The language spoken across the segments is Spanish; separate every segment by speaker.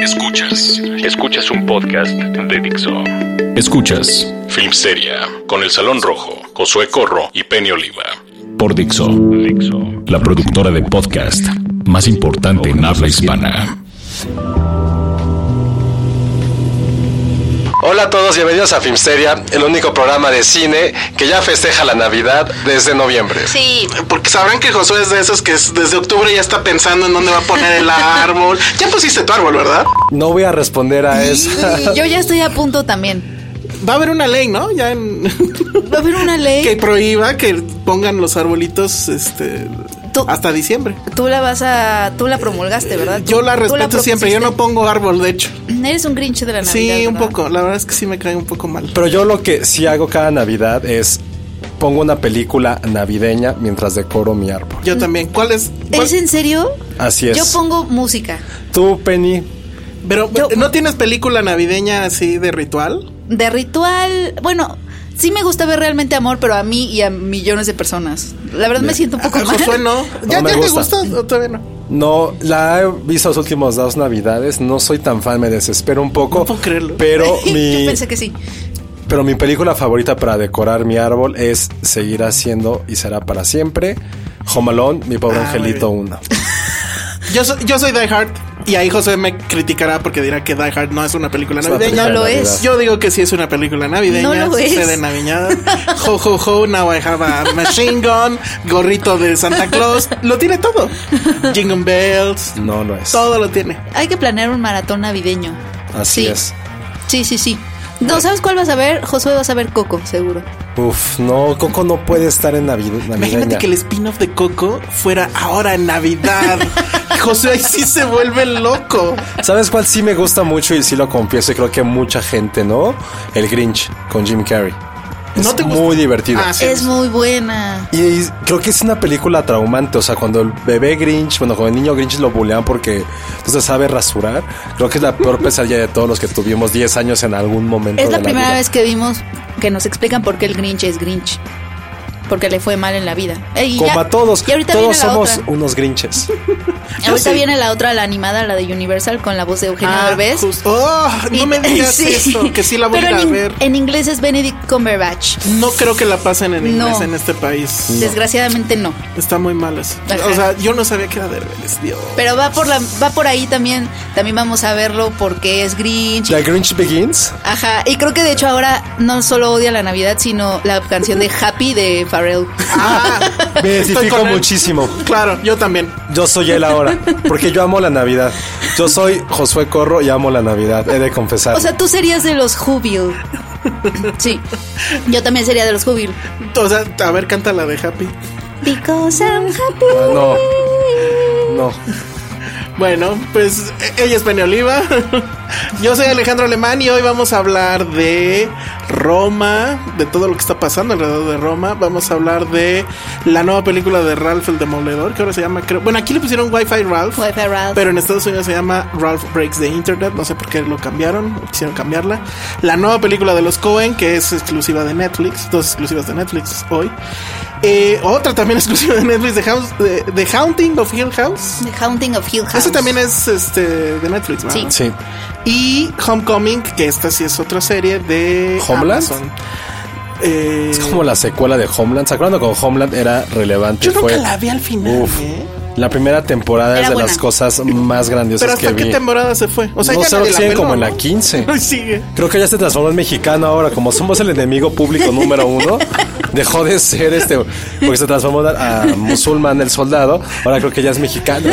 Speaker 1: Escuchas, escuchas un podcast de Dixo. Escuchas Filmsteria con El Salón Rojo, Josué Corro y Penny Oliva. Por Dixo, la productora de podcast más importante en habla hispana.
Speaker 2: Hola a todos, bienvenidos a Filmsteria, el único programa de cine que ya festeja la Navidad desde noviembre.
Speaker 3: Sí,
Speaker 4: Porque sabrán que Josué es de esos que es- desde octubre ya está pensando en dónde va a poner el árbol. Ya pusiste tu árbol, ¿verdad?
Speaker 2: No voy a responder a eso.
Speaker 3: y yo ya estoy a punto también.
Speaker 4: Va a haber una ley, ¿no? Ya en-
Speaker 3: Va a haber una ley.
Speaker 4: que prohíba que pongan los arbolitos este
Speaker 3: Tú-
Speaker 4: hasta diciembre.
Speaker 3: Tú la vas a. Tú la promulgaste, ¿verdad?
Speaker 4: Yo la
Speaker 3: Tú- tú
Speaker 4: respeto siempre, yo no
Speaker 3: propusiste.
Speaker 4: pongo árbol, de hecho.
Speaker 3: Eres un grinch de la Navidad.
Speaker 4: Sí, un
Speaker 3: ¿verdad?
Speaker 4: poco. La verdad es que sí me cae un poco mal.
Speaker 5: Pero yo lo que sí hago cada Navidad es pongo una película navideña mientras decoro mi árbol.
Speaker 3: Mm.
Speaker 4: Yo también. ¿Cuál es? cuál-
Speaker 3: ¿Es en serio?
Speaker 5: Así es.
Speaker 3: Yo pongo música.
Speaker 5: Tú, Penny,
Speaker 4: Pero
Speaker 3: yo-
Speaker 4: ¿no tienes película navideña así de ritual?
Speaker 3: De ritual. Bueno, sí me gusta ver realmente amor, pero a mí y a millones de personas. La verdad me siento un poco
Speaker 4: Ah,
Speaker 3: mal.
Speaker 4: Josué no. ¿Ya,
Speaker 5: me
Speaker 4: ya te
Speaker 5: gusta.
Speaker 4: gusta? ¿O todavía no?
Speaker 5: no la he visto las últimas dos Navidades. No soy tan fan, me desespero un poco.
Speaker 4: No puedo creerlo.
Speaker 5: Pero
Speaker 3: Yo
Speaker 5: mi,
Speaker 3: pensé que sí.
Speaker 5: pero mi película favorita para decorar mi árbol es Seguir haciendo y será para siempre. Home Alone, mi pobre
Speaker 4: Ah, muy
Speaker 5: angelito 1.
Speaker 4: Yo soy, yo soy Die Hard y ahí José me criticará porque dirá que Die Hard no es una película
Speaker 5: Es una
Speaker 4: navideña.
Speaker 5: película
Speaker 3: No lo
Speaker 5: de
Speaker 3: es.
Speaker 5: Navidad.
Speaker 4: Yo digo que sí es una película navideña.
Speaker 3: No lo
Speaker 4: sucede
Speaker 3: es.
Speaker 4: en Navidad. Ho, ho, ho, now I have a machine gun, gorrito de Santa Claus. Lo tiene todo. Jingle bells.
Speaker 5: No lo es.
Speaker 4: Todo lo tiene.
Speaker 3: Hay que planear un maratón navideño.
Speaker 5: Así
Speaker 3: Sí.
Speaker 5: es.
Speaker 3: Sí, sí, sí. No, ¿sabes cuál vas a ver? Josué vas a ver Coco, seguro.
Speaker 5: Uf, no, Coco no puede estar en Navidad.
Speaker 4: Imagínate que el spin-off de Coco fuera ahora en Navidad. José ahí sí se vuelve loco.
Speaker 5: ¿Sabes cuál sí me gusta mucho y sí lo confieso y creo que mucha gente, ¿no? El Grinch con Jim Carrey. Es
Speaker 4: ¿No te gusta?
Speaker 5: muy divertido.
Speaker 4: Ah, sí.
Speaker 3: Es muy buena.
Speaker 5: Y creo que es una película traumante, o sea, cuando el bebé Grinch, bueno, cuando el niño Grinch lo bulean porque no se sabe rasurar, creo que es la peor pesadilla de todos los que tuvimos 10 años en algún momento.
Speaker 3: Es la
Speaker 5: de
Speaker 3: primera
Speaker 5: vida.
Speaker 3: vez que vimos que nos explican por qué el Grinch es Grinch. Porque le fue mal en la vida. Eh, y
Speaker 5: Como
Speaker 3: ya-
Speaker 5: a todos,
Speaker 3: Y ahorita
Speaker 5: todos
Speaker 3: viene la
Speaker 5: somos
Speaker 3: otra.
Speaker 5: unos Grinches.
Speaker 3: Ahorita
Speaker 4: sí.
Speaker 3: viene la otra, la animada, la de Universal, con la voz de Eugenio
Speaker 4: Ah,
Speaker 3: Derbez.
Speaker 4: justo. Oh, no
Speaker 3: Y-
Speaker 4: me digas
Speaker 3: sí.
Speaker 4: eso, que sí la voy
Speaker 3: Pero
Speaker 4: a ir
Speaker 3: en
Speaker 4: a
Speaker 3: in-
Speaker 4: ver.
Speaker 3: En inglés es Benedict Cumberbatch.
Speaker 4: No creo que la pasen en inglés
Speaker 3: No.
Speaker 4: en este país.
Speaker 3: Desgraciadamente no.
Speaker 4: Está muy mal eso.
Speaker 3: Ajá.
Speaker 4: O sea, yo no sabía que era Derbez, Dios.
Speaker 3: Pero va por la, va por ahí también. También vamos a verlo porque es Grinch.
Speaker 5: The Grinch Begins.
Speaker 3: Ajá. Y creo que de hecho ahora no solo odia la Navidad, sino la canción de Happy de Pharrell.
Speaker 4: Ah,
Speaker 5: Me
Speaker 4: estoy
Speaker 5: identifico
Speaker 4: con él.
Speaker 5: muchísimo.
Speaker 4: Claro, yo también.
Speaker 5: Yo soy él ahora, porque yo amo la Navidad. Yo soy Josué Corro y amo la Navidad, he de confesar.
Speaker 3: O sea, tú serías de los Jubil. Sí. Yo también sería de los Jubil.
Speaker 4: O sea, a ver, canta la de Happy.
Speaker 3: Because I'm happy.
Speaker 5: no. No.
Speaker 4: Bueno, pues e- ella es Penny Oliva. Yo soy Alejandro Alemán y hoy vamos a hablar de Roma, de todo lo que está pasando alrededor de Roma. Vamos a hablar de la nueva película de Ralph el Demoledor, que ahora se llama, creo. Bueno, aquí le pusieron Wi-Fi Ralph.
Speaker 3: Wi-Fi Ralph.
Speaker 4: Pero en Estados Unidos se llama Ralph Breaks the Internet. No sé por qué lo cambiaron, quisieron cambiarla. La nueva película de los Cohen, que es exclusiva de Netflix, dos exclusivas de Netflix hoy. Eh, otra también exclusiva de Netflix, The, House, The- The Haunting of Hill House.
Speaker 3: The Haunting of Hill House.
Speaker 4: Ese también es este, de Netflix, ¿verdad?
Speaker 3: Sí.
Speaker 5: Sí.
Speaker 4: Y Homecoming, que esta sí es otra serie de
Speaker 5: ¿Homeland?
Speaker 4: Amazon. Eh,
Speaker 5: Es como la secuela de Homeland. ¿Se acuerdan cuando Homeland era relevante?
Speaker 4: yo nunca
Speaker 5: Fue-
Speaker 4: la vi al final.
Speaker 5: Uf. Pues
Speaker 4: ¿eh?
Speaker 5: La primera temporada
Speaker 3: Era
Speaker 5: es de
Speaker 3: buena.
Speaker 5: las cosas más grandiosas
Speaker 4: Pero hasta
Speaker 5: que
Speaker 4: qué
Speaker 5: vi.
Speaker 4: temporada se fue. O sea,
Speaker 5: no
Speaker 4: ya
Speaker 5: sé, lo
Speaker 4: nadie
Speaker 5: que siguen
Speaker 4: peló,
Speaker 5: como en la
Speaker 4: ¿no?
Speaker 5: 15.
Speaker 4: Ay, sigue.
Speaker 5: Creo que ya se transformó en mexicano ahora. Como somos el enemigo público número uno, dejó de ser este. Porque se transformó a musulmán el soldado. Ahora creo que ya es mexicano.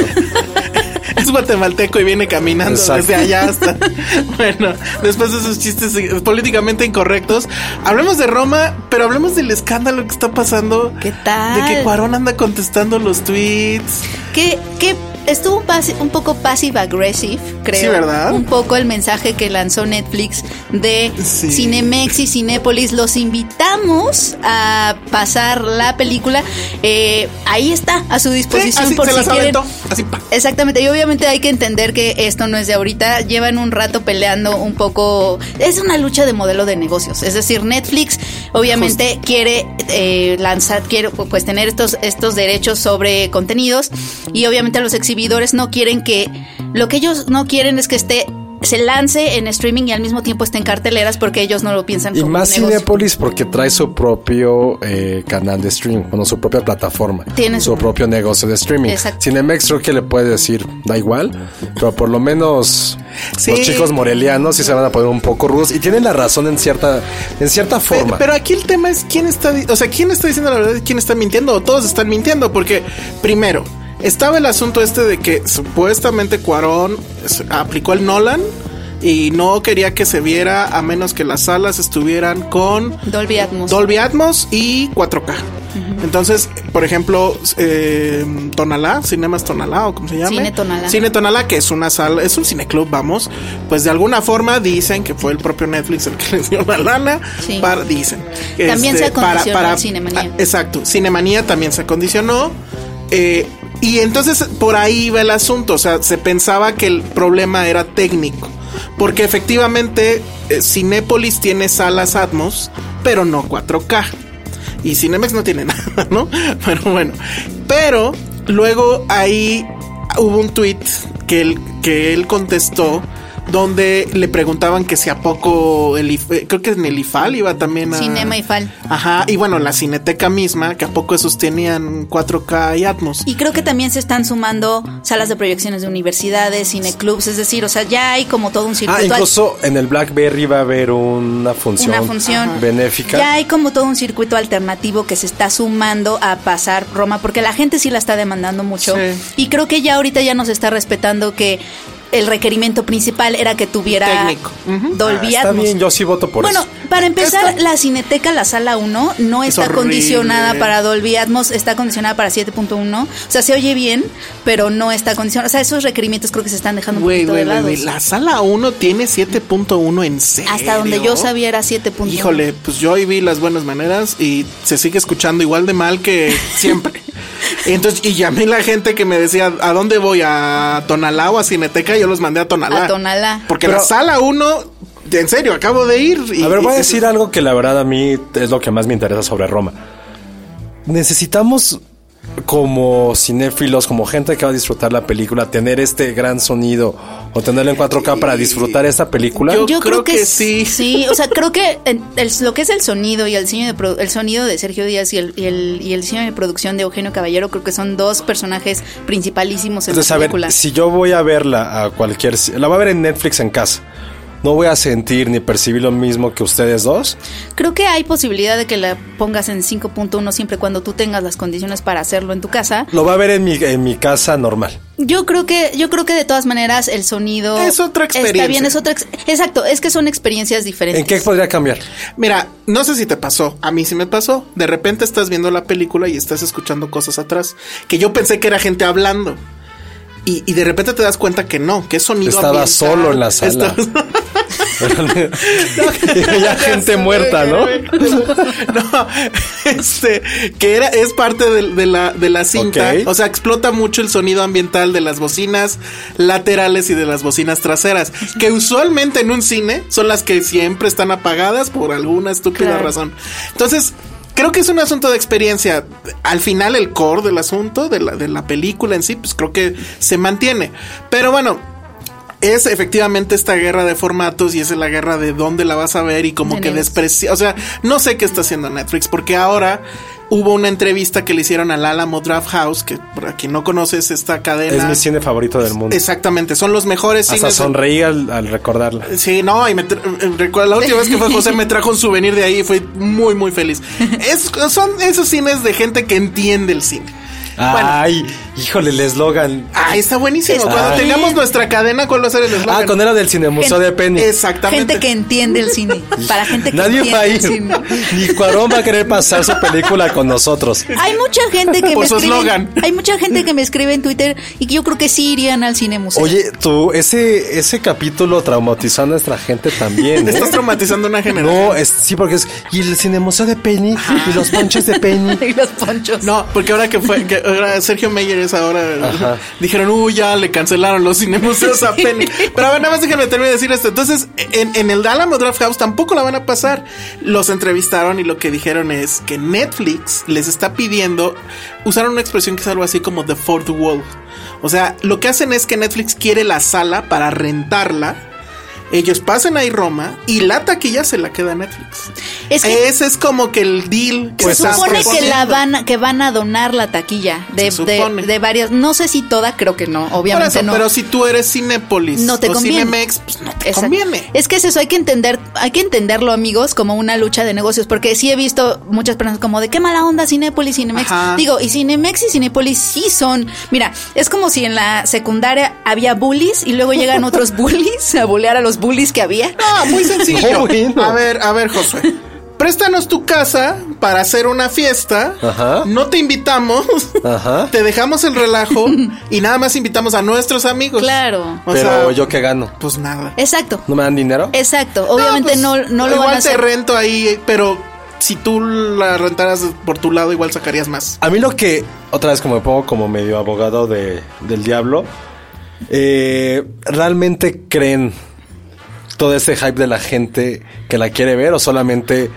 Speaker 4: Es guatemalteco y viene caminando
Speaker 5: Exacto.
Speaker 4: desde allá hasta. Bueno, después de esos chistes eh, políticamente incorrectos, hablemos de Roma, pero hablemos del escándalo que está pasando.
Speaker 3: ¿Qué tal?
Speaker 4: De que Cuarón anda contestando los tweets.
Speaker 3: que, que estuvo un, pas- un poco passive aggressive, creo.
Speaker 4: Sí, ¿verdad?
Speaker 3: Un poco el mensaje que lanzó Netflix de
Speaker 4: Sí.
Speaker 3: Cinemex y Cinépolis. Los invitamos a pasar la película. Eh, ahí está, a su
Speaker 5: Pues
Speaker 3: disposición
Speaker 4: Sí, así
Speaker 3: por
Speaker 4: se
Speaker 3: si
Speaker 4: las
Speaker 3: quieren.
Speaker 4: aventó. Así, pa.
Speaker 3: Exactamente, y obviamente hay que entender que esto no es de ahorita, llevan un rato peleando un poco, es una lucha de modelo de negocios, es decir, Netflix obviamente quiere eh, lanzar, quiere pues tener estos, estos derechos sobre contenidos y obviamente los exhibidores no quieren que, lo que ellos no quieren es que esté se lance en streaming y al mismo tiempo esté en carteleras porque ellos no lo piensan
Speaker 5: Y
Speaker 3: como
Speaker 5: más
Speaker 3: un negocio.
Speaker 5: Cinepolis porque trae su propio eh, canal de streaming, bueno, su propia plataforma,
Speaker 3: Tiene
Speaker 5: su
Speaker 3: su-
Speaker 5: propio negocio de streaming.
Speaker 3: Exacto.
Speaker 5: Cinemex creo que le puede decir, da igual, pero por lo menos
Speaker 4: Sí.
Speaker 5: los chicos morelianos sí se van a poner un poco rudos y tienen la razón en cierta, en cierta
Speaker 4: Pe-
Speaker 5: forma.
Speaker 4: Pero aquí el tema es quién está, di- o sea, quién está diciendo la verdad y quién está mintiendo, o todos están mintiendo, porque primero, estaba el asunto este de que supuestamente Cuarón s- aplicó el Nolan y no quería que se viera a menos que las salas estuvieran con
Speaker 3: Dolby Atmos.
Speaker 4: Dolby Atmos y 4K. Entonces, por ejemplo, eh, Tonalá, Cinemas Tonalá o como se llama.
Speaker 3: Cine Tonalá.
Speaker 4: Cine Tonalá, que es una sala, es un cineclub, vamos. Pues de alguna forma dicen que fue el propio Netflix el que les dio la lana.
Speaker 3: Sí.
Speaker 4: para- dicen.
Speaker 3: También se acondicionó en Cinemanía.
Speaker 4: Este, ah, exacto, Cinemanía también se acondicionó. eh, y entonces por ahí iba el asunto, o sea, se pensaba que el problema era técnico. Porque efectivamente eh, Cinépolis tiene salas Atmos, pero no 4K. Y Cinemex no tiene nada, ¿no? Pero bueno. Pero luego ahí hubo un tweet que él, que él contestó donde le preguntaban que si a poco el IF- eh, creo que en el IFAL iba también a
Speaker 3: Cinema IFAL.
Speaker 4: Ajá, y bueno, la Cineteca misma, que a poco esos tenían 4K y Atmos.
Speaker 3: Y creo que también se están sumando salas de proyecciones de universidades, cineclubs, es decir, o sea, ya hay como todo un circuito.
Speaker 5: Ah, incluso en el BlackBerry va a haber una función,
Speaker 3: Una función.
Speaker 5: benéfica.
Speaker 3: Ya hay como todo un circuito alternativo que se está sumando a pasar Roma, porque la gente sí la está demandando mucho.
Speaker 4: Sí.
Speaker 3: Y creo que ya ahorita ya nos está respetando que el requerimiento principal era que tuviera
Speaker 4: Técnico. Ujú.
Speaker 5: Ah,
Speaker 3: Dolby
Speaker 5: está
Speaker 3: Atmos.
Speaker 5: bien, yo sí voto por
Speaker 3: Bueno,
Speaker 5: eso.
Speaker 3: para empezar,
Speaker 4: Esto-
Speaker 3: la Cineteca, la sala 1, no
Speaker 4: Es
Speaker 3: está
Speaker 4: horrible.
Speaker 3: condicionada para Dolby Atmos, está condicionada para 7.1. O sea, se oye bien, pero no está condicionada. O sea, esos requerimientos creo que se están dejando
Speaker 4: Güey,
Speaker 3: un poquito
Speaker 4: güey,
Speaker 3: de
Speaker 4: güey,
Speaker 3: lado.
Speaker 4: güey, la sala 1 tiene 7.1 en serio.
Speaker 3: Hasta donde yo sabía era 7.1.
Speaker 4: Híjole, pues yo ahí vi las buenas maneras y se sigue escuchando igual de mal que siempre. Entonces, y llamé a la gente que me decía, ¿a dónde voy? ¿A Tonalá o a Cineteca? Yo los mandé a Tonalá.
Speaker 3: A Tonalá.
Speaker 4: Porque
Speaker 5: Pero-
Speaker 4: la sala 1, en serio, acabo de ir. y-
Speaker 5: A ver, voy a
Speaker 4: y-
Speaker 5: decir algo que la verdad a mí es lo que más me interesa sobre Roma. Necesitamos como cinéfilos, como gente que va a disfrutar la película, tener este gran sonido o tenerlo en 4K para disfrutar esta película.
Speaker 4: Yo creo que sí.
Speaker 3: Sí, o sea, creo que en- el- lo que es el sonido y el diseño de pro- el sonido de Sergio Díaz y el, y el- y el diseño de producción de Eugenio Caballero, creo que son dos personajes principalísimos en
Speaker 5: Entonces,
Speaker 3: la
Speaker 5: a ver,
Speaker 3: película.
Speaker 5: si yo voy a verla a cualquier... La voy a ver en Netflix en casa. No voy a sentir ni percibir lo mismo que ustedes dos.
Speaker 3: Creo que hay posibilidad de que la pongas en 5.1 siempre cuando tú tengas las condiciones para hacerlo en tu casa.
Speaker 5: Lo va a ver en mi, en mi casa normal.
Speaker 3: Yo creo que yo creo que de todas maneras el sonido
Speaker 4: Es otra
Speaker 3: Está
Speaker 4: experiencia.
Speaker 3: bien, es otra ex- exacto, es que son experiencias diferentes.
Speaker 5: ¿En qué podría cambiar?
Speaker 4: Mira, no sé si te pasó, a mí sí me pasó. De repente estás viendo la película y estás escuchando cosas atrás, que yo pensé que era gente hablando. Y, y de repente te das cuenta que no, que es sonido
Speaker 5: Estaba
Speaker 4: ambiental.
Speaker 5: solo en la sala.
Speaker 4: Estás-
Speaker 5: y ya gente muerta, ¿no?
Speaker 4: No, este, que era, es parte de, de la, de la cinta.
Speaker 5: Ok.
Speaker 4: O sea, explota mucho el sonido ambiental de las bocinas laterales y de las bocinas traseras, que usualmente en un cine son las que siempre están apagadas por alguna estúpida
Speaker 3: Claro.
Speaker 4: razón. Entonces, creo que es un asunto de experiencia. Al final, el core del asunto, de la, de la película en sí, pues creo que se mantiene. Pero bueno, es efectivamente esta guerra de formatos y es la guerra de dónde la vas a ver y como
Speaker 3: De
Speaker 4: que
Speaker 3: Netflix.
Speaker 4: desprecia. O sea, no sé qué está haciendo Netflix porque ahora hubo una entrevista que le hicieron al Alamo Draft House, que para quien no conoces esta cadena.
Speaker 5: Es mi cine favorito del mundo.
Speaker 4: Exactamente, son los mejores
Speaker 5: Hasta
Speaker 4: cines.
Speaker 5: sonreí al, al recordarla.
Speaker 4: Sí, no, y me tra- eh, recuerdo la última vez que fue José me trajo un souvenir de ahí y fui muy, muy feliz. Es- son esos cines de gente que entiende el cine.
Speaker 5: Ay, híjole, el eslogan.
Speaker 4: Ah, está buenísimo.
Speaker 5: Está
Speaker 4: Cuando
Speaker 5: bien.
Speaker 4: tengamos nuestra cadena, ¿cuál va a ser el
Speaker 5: Ah,
Speaker 4: eslogan?
Speaker 5: con era del Cinemuseo de Penny.
Speaker 4: Exactamente.
Speaker 3: Gente que entiende el cine. Para gente que
Speaker 5: Nadie va a ir.
Speaker 3: entiende el cine.
Speaker 5: Ni Cuarón va a querer pasar su película con nosotros.
Speaker 3: Hay mucha gente que
Speaker 4: Por
Speaker 3: me
Speaker 4: su
Speaker 3: escribe.
Speaker 4: eslogan.
Speaker 3: Hay mucha gente que me escribe en Twitter y que yo creo que sí irían al cine museo.
Speaker 5: Oye, tú, ese, ese capítulo traumatizó a nuestra gente también. ¿eh?
Speaker 4: Estás traumatizando una generación.
Speaker 5: No, es, sí, porque es. Y el Cinemuseo de Penny y los ponches de Penny.
Speaker 3: y los ponchos.
Speaker 4: No, porque ahora que fue, que ahora Sergio Meyer es ahora, dijeron, uy, ya le cancelaron los cinemuseos a Penny. Pero a ver, nada más déjenme terminar de decir esto. Entonces, en, en el Alamo Draft House tampoco la van a pasar. Los entrevistaron y lo que dijeron es que Netflix les está pidiendo, usaron una expresión que es algo así como The Fourth Wall. O sea, lo que hacen es que Netflix quiere la sala para rentarla. Ellos pasan ahí Roma y la taquilla se la queda Netflix.
Speaker 3: Es que-
Speaker 4: Ese es pues, como que el deal.
Speaker 3: Se
Speaker 4: están
Speaker 3: supone que
Speaker 4: proponiendo.
Speaker 3: la van que van a donar la taquilla de,
Speaker 4: Se
Speaker 3: de-
Speaker 4: supone.
Speaker 3: de varias, no sé si toda, creo que no,
Speaker 4: Por
Speaker 3: obviamente
Speaker 4: eso,
Speaker 3: no.
Speaker 4: Pero si tú eres Cinépolis
Speaker 3: no te
Speaker 4: o
Speaker 3: conviene.
Speaker 4: Cinemex, pues no te
Speaker 3: Exacto.
Speaker 4: conviene.
Speaker 3: Es que es eso, hay que entender, hay que entenderlo, amigos, como una lucha de negocios, porque sí he visto muchas personas como de qué mala onda Cinépolis, Cinemex.
Speaker 4: Ajá.
Speaker 3: Digo, y Cinemex y Cinépolis sí son. Mira, es como si en la secundaria había bullies y luego llegan otros bullies a bullear a los bullies que había.
Speaker 4: No, muy sencillo.
Speaker 5: No, bueno.
Speaker 4: A ver, a ver, Josué. Préstanos tu casa para hacer una fiesta.
Speaker 5: Ajá.
Speaker 4: No te invitamos.
Speaker 5: Ajá.
Speaker 4: Te dejamos el relajo y nada más invitamos a nuestros amigos.
Speaker 3: Claro.
Speaker 4: O
Speaker 5: Pero
Speaker 4: sea,
Speaker 5: yo que gano.
Speaker 4: pues nada.
Speaker 3: Exacto.
Speaker 5: ¿No me dan dinero?
Speaker 3: Exacto. Obviamente no,
Speaker 4: pues,
Speaker 3: no, lo
Speaker 4: igual
Speaker 3: van a hacer.
Speaker 4: te rento ahí, pero si tú la rentaras por tu lado igual sacarías más.
Speaker 5: A mí lo que, otra vez como me pongo como medio abogado de, del diablo, eh, ¿realmente creen todo ese hype de la gente que la quiere ver o solamente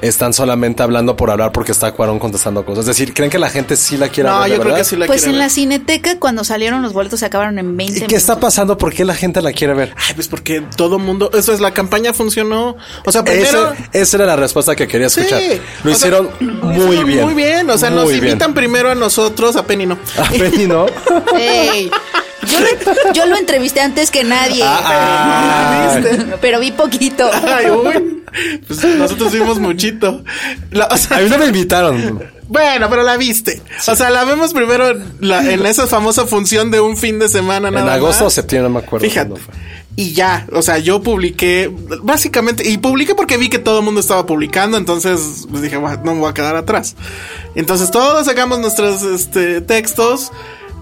Speaker 5: están solamente hablando por hablar porque está Cuarón contestando cosas? Es decir, ¿creen que la gente sí la quiere
Speaker 4: No,
Speaker 5: ver? de
Speaker 4: yo creo
Speaker 5: verdad?
Speaker 4: que sí la
Speaker 3: Pues
Speaker 4: quiere
Speaker 3: en
Speaker 4: ver.
Speaker 3: la cineteca, cuando salieron los boletos, se acabaron en 20
Speaker 5: ¿Y qué está
Speaker 3: minutos.
Speaker 5: pasando? ¿Por qué la gente la quiere ver?
Speaker 4: Ay, pues porque todo mundo, eso es la campaña funcionó. O sea, primero
Speaker 5: Esa, esa era la respuesta que quería escuchar.
Speaker 4: Sí.
Speaker 5: Lo
Speaker 4: O sea,
Speaker 5: hicieron
Speaker 4: lo
Speaker 5: muy
Speaker 4: hicieron
Speaker 5: bien.
Speaker 4: Muy bien, o sea, nos
Speaker 5: Muy bien.
Speaker 4: invitan primero a nosotros, a Penny no.
Speaker 5: A Penny, ¿no?
Speaker 3: Ey, Yo, lo- yo lo entrevisté antes que nadie.
Speaker 5: Ah,
Speaker 3: pero vi poquito.
Speaker 4: Ay, uy. Pues nosotros vimos muchito. La- o sea,
Speaker 5: A mí no me invitaron.
Speaker 4: bueno, pero la viste. O sea, la vemos primero en la- en esa famosa función de un fin de semana.
Speaker 5: En
Speaker 4: nada
Speaker 5: agosto o
Speaker 4: más.
Speaker 5: septiembre, no me acuerdo.
Speaker 4: Fíjate.
Speaker 5: cuándo fue.
Speaker 4: Y ya, o sea, yo publiqué, básicamente, y publiqué porque vi que todo el mundo estaba publicando, entonces pues dije, "Bueno, no me voy a quedar atrás. Entonces todos sacamos nuestros este, textos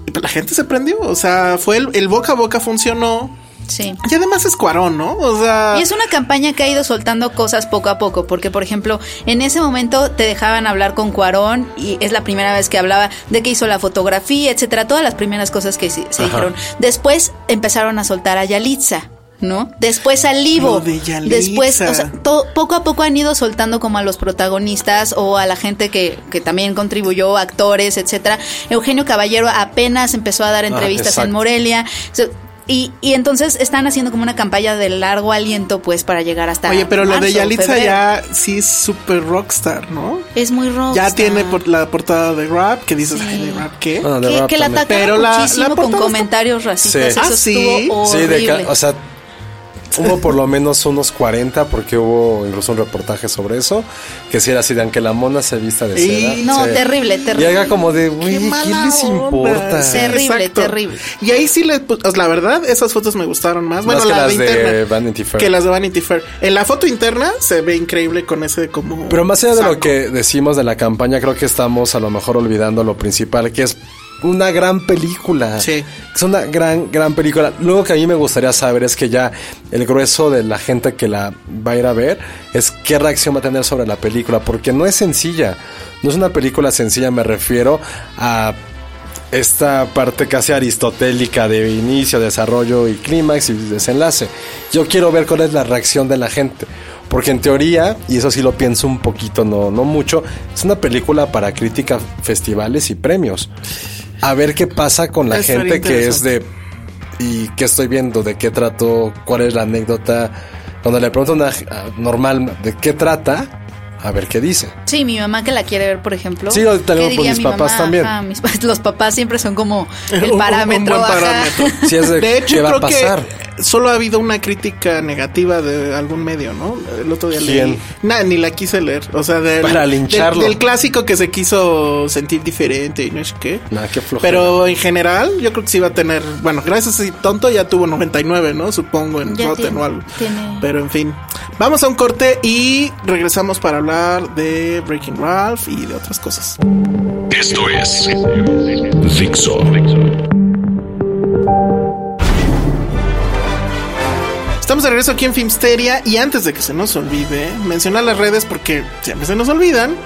Speaker 4: y pues la gente se prendió, o sea, fue el, el boca a boca funcionó.
Speaker 3: Sí.
Speaker 4: Y además es cuarón, ¿no? O sea...
Speaker 3: Y es una campaña que ha ido soltando cosas poco a poco, porque por ejemplo, en ese momento te dejaban hablar con Cuarón y es la primera vez que hablaba de que hizo la fotografía, etcétera, todas las primeras cosas que se, se dijeron. Después empezaron a soltar a Yalitza. ¿No? Después al Livo.
Speaker 4: Lo de Yalitza.
Speaker 3: Después, o sea, to- poco a poco han ido soltando como a los protagonistas o a la gente que, que también contribuyó, actores, etcétera. Eugenio Caballero apenas empezó
Speaker 4: Ah,
Speaker 3: a dar entrevistas en
Speaker 5: exacto.
Speaker 3: Morelia. O sea, y, y entonces están haciendo como una campaña de largo aliento, pues, para llegar hasta.
Speaker 4: Oye, pero lo de
Speaker 3: marzo,
Speaker 4: Yalitza
Speaker 3: febrero.
Speaker 4: ya sí es súper rockstar, ¿no?
Speaker 3: Es muy rojo.
Speaker 4: Ya tiene por la portada de rap que dices, ay, de rap, ¿qué?
Speaker 5: Ah, de
Speaker 3: Que,
Speaker 5: rap
Speaker 3: que la
Speaker 5: también.
Speaker 3: atacaron
Speaker 4: Pero la-
Speaker 3: muchísimo
Speaker 4: la
Speaker 3: con
Speaker 4: portada
Speaker 3: comentarios racistas.
Speaker 5: Sí.
Speaker 3: Eso
Speaker 4: Ah, sí.
Speaker 3: estuvo
Speaker 5: Sí, de
Speaker 3: horrible.
Speaker 5: ca- o sea, hubo por lo menos unos 40 porque hubo incluso un reportaje sobre eso, que si era así de aunque la mona se vista de
Speaker 4: Y-
Speaker 5: seda.
Speaker 3: no,
Speaker 5: sí.
Speaker 3: terrible,
Speaker 5: Y
Speaker 3: terrible.
Speaker 5: haga como de, güey, ¿qué,
Speaker 4: mala
Speaker 5: les
Speaker 4: onda.
Speaker 5: importa?
Speaker 4: Sí,
Speaker 3: Terrible, terrible.
Speaker 4: Y ahí sí le pu- la verdad, esas fotos me gustaron más. Bueno,
Speaker 5: Más que
Speaker 4: la
Speaker 5: las
Speaker 4: de
Speaker 5: de
Speaker 4: internet,
Speaker 5: Vanity Fair.
Speaker 4: Que las de Vanity Fair. En la foto interna se ve increíble con ese como.
Speaker 5: Pero más allá de lo
Speaker 4: saco.
Speaker 5: que decimos de la campaña, creo que estamos a lo mejor olvidando lo principal, que es una gran película.
Speaker 4: Sí.
Speaker 5: Es una gran, gran película. Luego que a mí me gustaría saber es que ya el grueso de la gente que la va a ir a ver es qué reacción va a tener sobre la película, porque no es sencilla. No es una película sencilla, me refiero a esta parte casi aristotélica de inicio, desarrollo y clímax y desenlace. Yo quiero ver cuál es la reacción de la gente. Porque en teoría, y eso sí lo pienso un poquito, no, no mucho, es una película para crítica, festivales y premios. A ver qué pasa con la
Speaker 4: Estaría
Speaker 5: gente que es de y qué estoy viendo, de qué trato, cuál es la anécdota. Cuando le pregunto a una a- normal de qué trata, a ver qué dice.
Speaker 3: Sí, mi mamá que la quiere ver, por ejemplo.
Speaker 5: Sí, ahorita
Speaker 3: ¿qué
Speaker 5: luego, pues,
Speaker 3: diría
Speaker 5: mis
Speaker 3: mi
Speaker 5: papás también.
Speaker 3: Ajá, mis pa- los papás siempre son como
Speaker 4: Un-
Speaker 3: el
Speaker 4: un-
Speaker 3: parámetro.
Speaker 4: un buen
Speaker 3: ajá.
Speaker 4: parámetro.
Speaker 5: Si es de,
Speaker 4: De hecho,
Speaker 5: qué va a
Speaker 4: creo que
Speaker 5: pasar.
Speaker 4: solo ha habido una crítica negativa de algún medio, ¿no? El otro día
Speaker 5: ¿Quién?
Speaker 4: leí. Nah, ni la quise leer. O sea, del,
Speaker 5: Para lincharlo.
Speaker 4: del- del clásico que se quiso sentir diferente y no sé qué.
Speaker 5: Nah, qué flojera.
Speaker 4: Pero en general, yo creo que sí va a tener. Bueno, gracias a tonto ya tuvo 99, ¿no? Supongo en
Speaker 3: Ya
Speaker 4: Rotten
Speaker 3: tiene-
Speaker 4: o algo.
Speaker 3: tiene-
Speaker 4: Pero en fin. Vamos a un corte y regresamos para hablar de Breaking Ralph y de otras cosas.
Speaker 1: Esto es Dixo.
Speaker 4: Estamos de regreso aquí en Filmsteria y antes de que se nos olvide, mencionar las redes porque siempre se nos olvidan.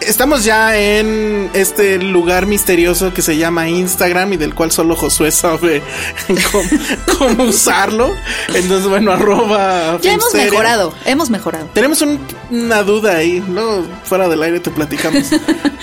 Speaker 4: Estamos ya en este lugar misterioso que se llama Instagram y del cual solo Josué sabe cómo, cómo usarlo. Entonces, bueno, arroba.
Speaker 3: Ya hemos
Speaker 4: Filmsteria.
Speaker 3: mejorado, hemos mejorado.
Speaker 4: Tenemos un- una duda ahí, ¿no? Fuera del aire te platicamos.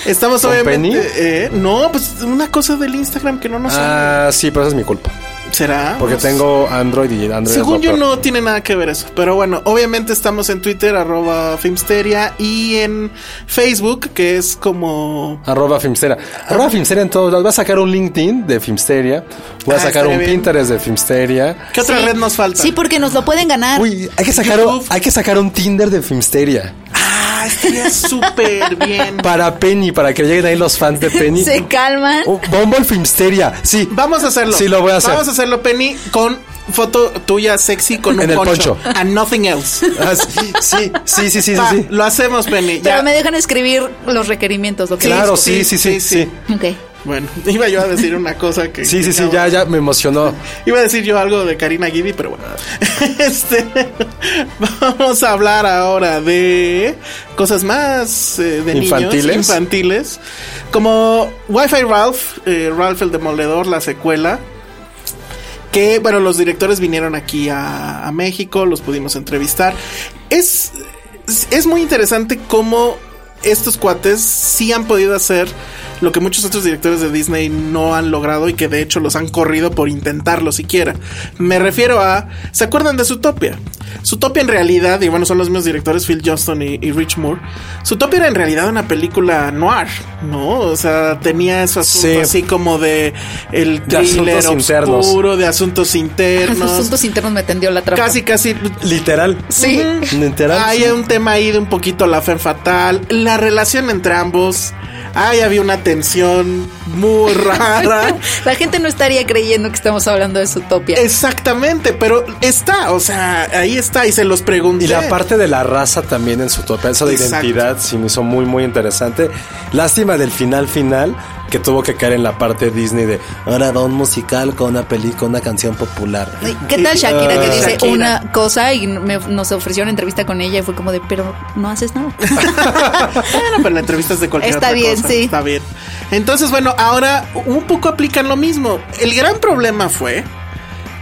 Speaker 4: Estamos
Speaker 5: ¿Con Penny?
Speaker 4: obviamente. eh, no, pues una cosa del Instagram que no nos sabe.
Speaker 5: Ah, sí, pero esa es mi culpa.
Speaker 4: ¿Será?
Speaker 5: Porque
Speaker 4: No sé.
Speaker 5: tengo Android y Android. es lo
Speaker 4: Según yo
Speaker 5: peor.
Speaker 4: no tiene nada que ver eso. Pero bueno, obviamente estamos en Twitter, arroba Filmsteria, y en Facebook, que es como...
Speaker 5: Arroba Filmsteria. Arroba Filmsteria en todos lados. Voy a sacar un LinkedIn de Filmsteria. Voy a
Speaker 4: Ah,
Speaker 5: sacar un
Speaker 4: estaría bien.
Speaker 5: Pinterest de Filmsteria.
Speaker 4: ¿Qué otra
Speaker 3: Sí.
Speaker 4: red nos falta?
Speaker 3: Sí, pues. porque nos lo pueden ganar.
Speaker 5: Uy, hay que sacar,
Speaker 4: YouTube.
Speaker 5: hay que sacar un Tinder de Filmsteria.
Speaker 4: Ah, estaría súper bien.
Speaker 5: Para Penny, para que lleguen ahí los fans de Penny.
Speaker 3: Se calman.
Speaker 5: Oh, Bumble Filmsteria. Sí.
Speaker 4: Vamos a hacerlo.
Speaker 5: Sí, lo voy a hacer.
Speaker 4: Vamos a hacerlo, Penny, con foto tuya sexy con un
Speaker 5: En el poncho.
Speaker 4: And nothing else.
Speaker 5: Ah, sí, sí, sí, sí, sí, sí,
Speaker 4: Va,
Speaker 5: sí.
Speaker 4: Lo hacemos, Penny. Ya.
Speaker 3: Pero me dejan escribir los requerimientos, lo que
Speaker 5: Claro,
Speaker 3: digo.
Speaker 5: sí, sí, sí,
Speaker 4: sí,
Speaker 5: sí.
Speaker 4: sí.
Speaker 3: Ok.
Speaker 4: Bueno, iba yo a decir una cosa que...
Speaker 5: Sí, sí, sí,
Speaker 4: que-
Speaker 5: ya, ya me emocionó.
Speaker 4: Iba a decir yo algo de Karina Gidi, pero bueno. Este, vamos a hablar ahora de cosas más eh, de
Speaker 5: Infantiles.
Speaker 4: niños infantiles. Como Wi-Fi Ralph, eh, Ralph el Demoledor, la secuela. Que, bueno, los directores vinieron aquí a, a México, los pudimos entrevistar. Es, es- es muy interesante cómo estos cuates sí han podido hacer lo que muchos otros directores de Disney no han logrado y que de hecho los han corrido por intentarlo siquiera. Me refiero a. ¿Se acuerdan de Zootopia? Zootopia en realidad, y bueno, son los mismos directores, Phil Johnston y, y Rich Moore. Zootopia era en realidad una película noir, ¿no? O sea, tenía eso asunto
Speaker 5: Sí.
Speaker 4: así como de el
Speaker 5: De asuntos
Speaker 4: thriller
Speaker 5: internos.
Speaker 4: oscuro, de asuntos
Speaker 3: Los
Speaker 4: internos.
Speaker 3: asuntos internos me tendió la trampa.
Speaker 4: Casi, casi.
Speaker 5: Literal.
Speaker 3: Sí.
Speaker 5: Literal.
Speaker 4: Hay
Speaker 5: sí.
Speaker 4: un tema ahí de un poquito la fe fatal, la relación entre ambos. Ahí había una tensión muy rara.
Speaker 3: La gente no estaría creyendo que estamos hablando de Zootopia.
Speaker 4: Exactamente, pero está, o sea, ahí está y se los pregunté.
Speaker 5: Y la parte de la raza también en su tope, esa de
Speaker 4: Exacto.
Speaker 5: identidad, sí me hizo muy, muy interesante. Lástima del final final, que tuvo que caer en la parte Disney de ahora da un musical con una película, una canción popular.
Speaker 3: Ay, ¿Qué tal Shakira que dice
Speaker 4: Shakira.
Speaker 3: una cosa y me- nos ofreció una entrevista con ella y fue como de, pero no haces nada?
Speaker 4: Bueno, pero la entrevista es de cualquier
Speaker 3: Está
Speaker 4: otra
Speaker 3: bien,
Speaker 4: cosa.
Speaker 3: sí.
Speaker 4: Está bien. Entonces, bueno, ahora un poco aplican lo mismo. El gran problema fue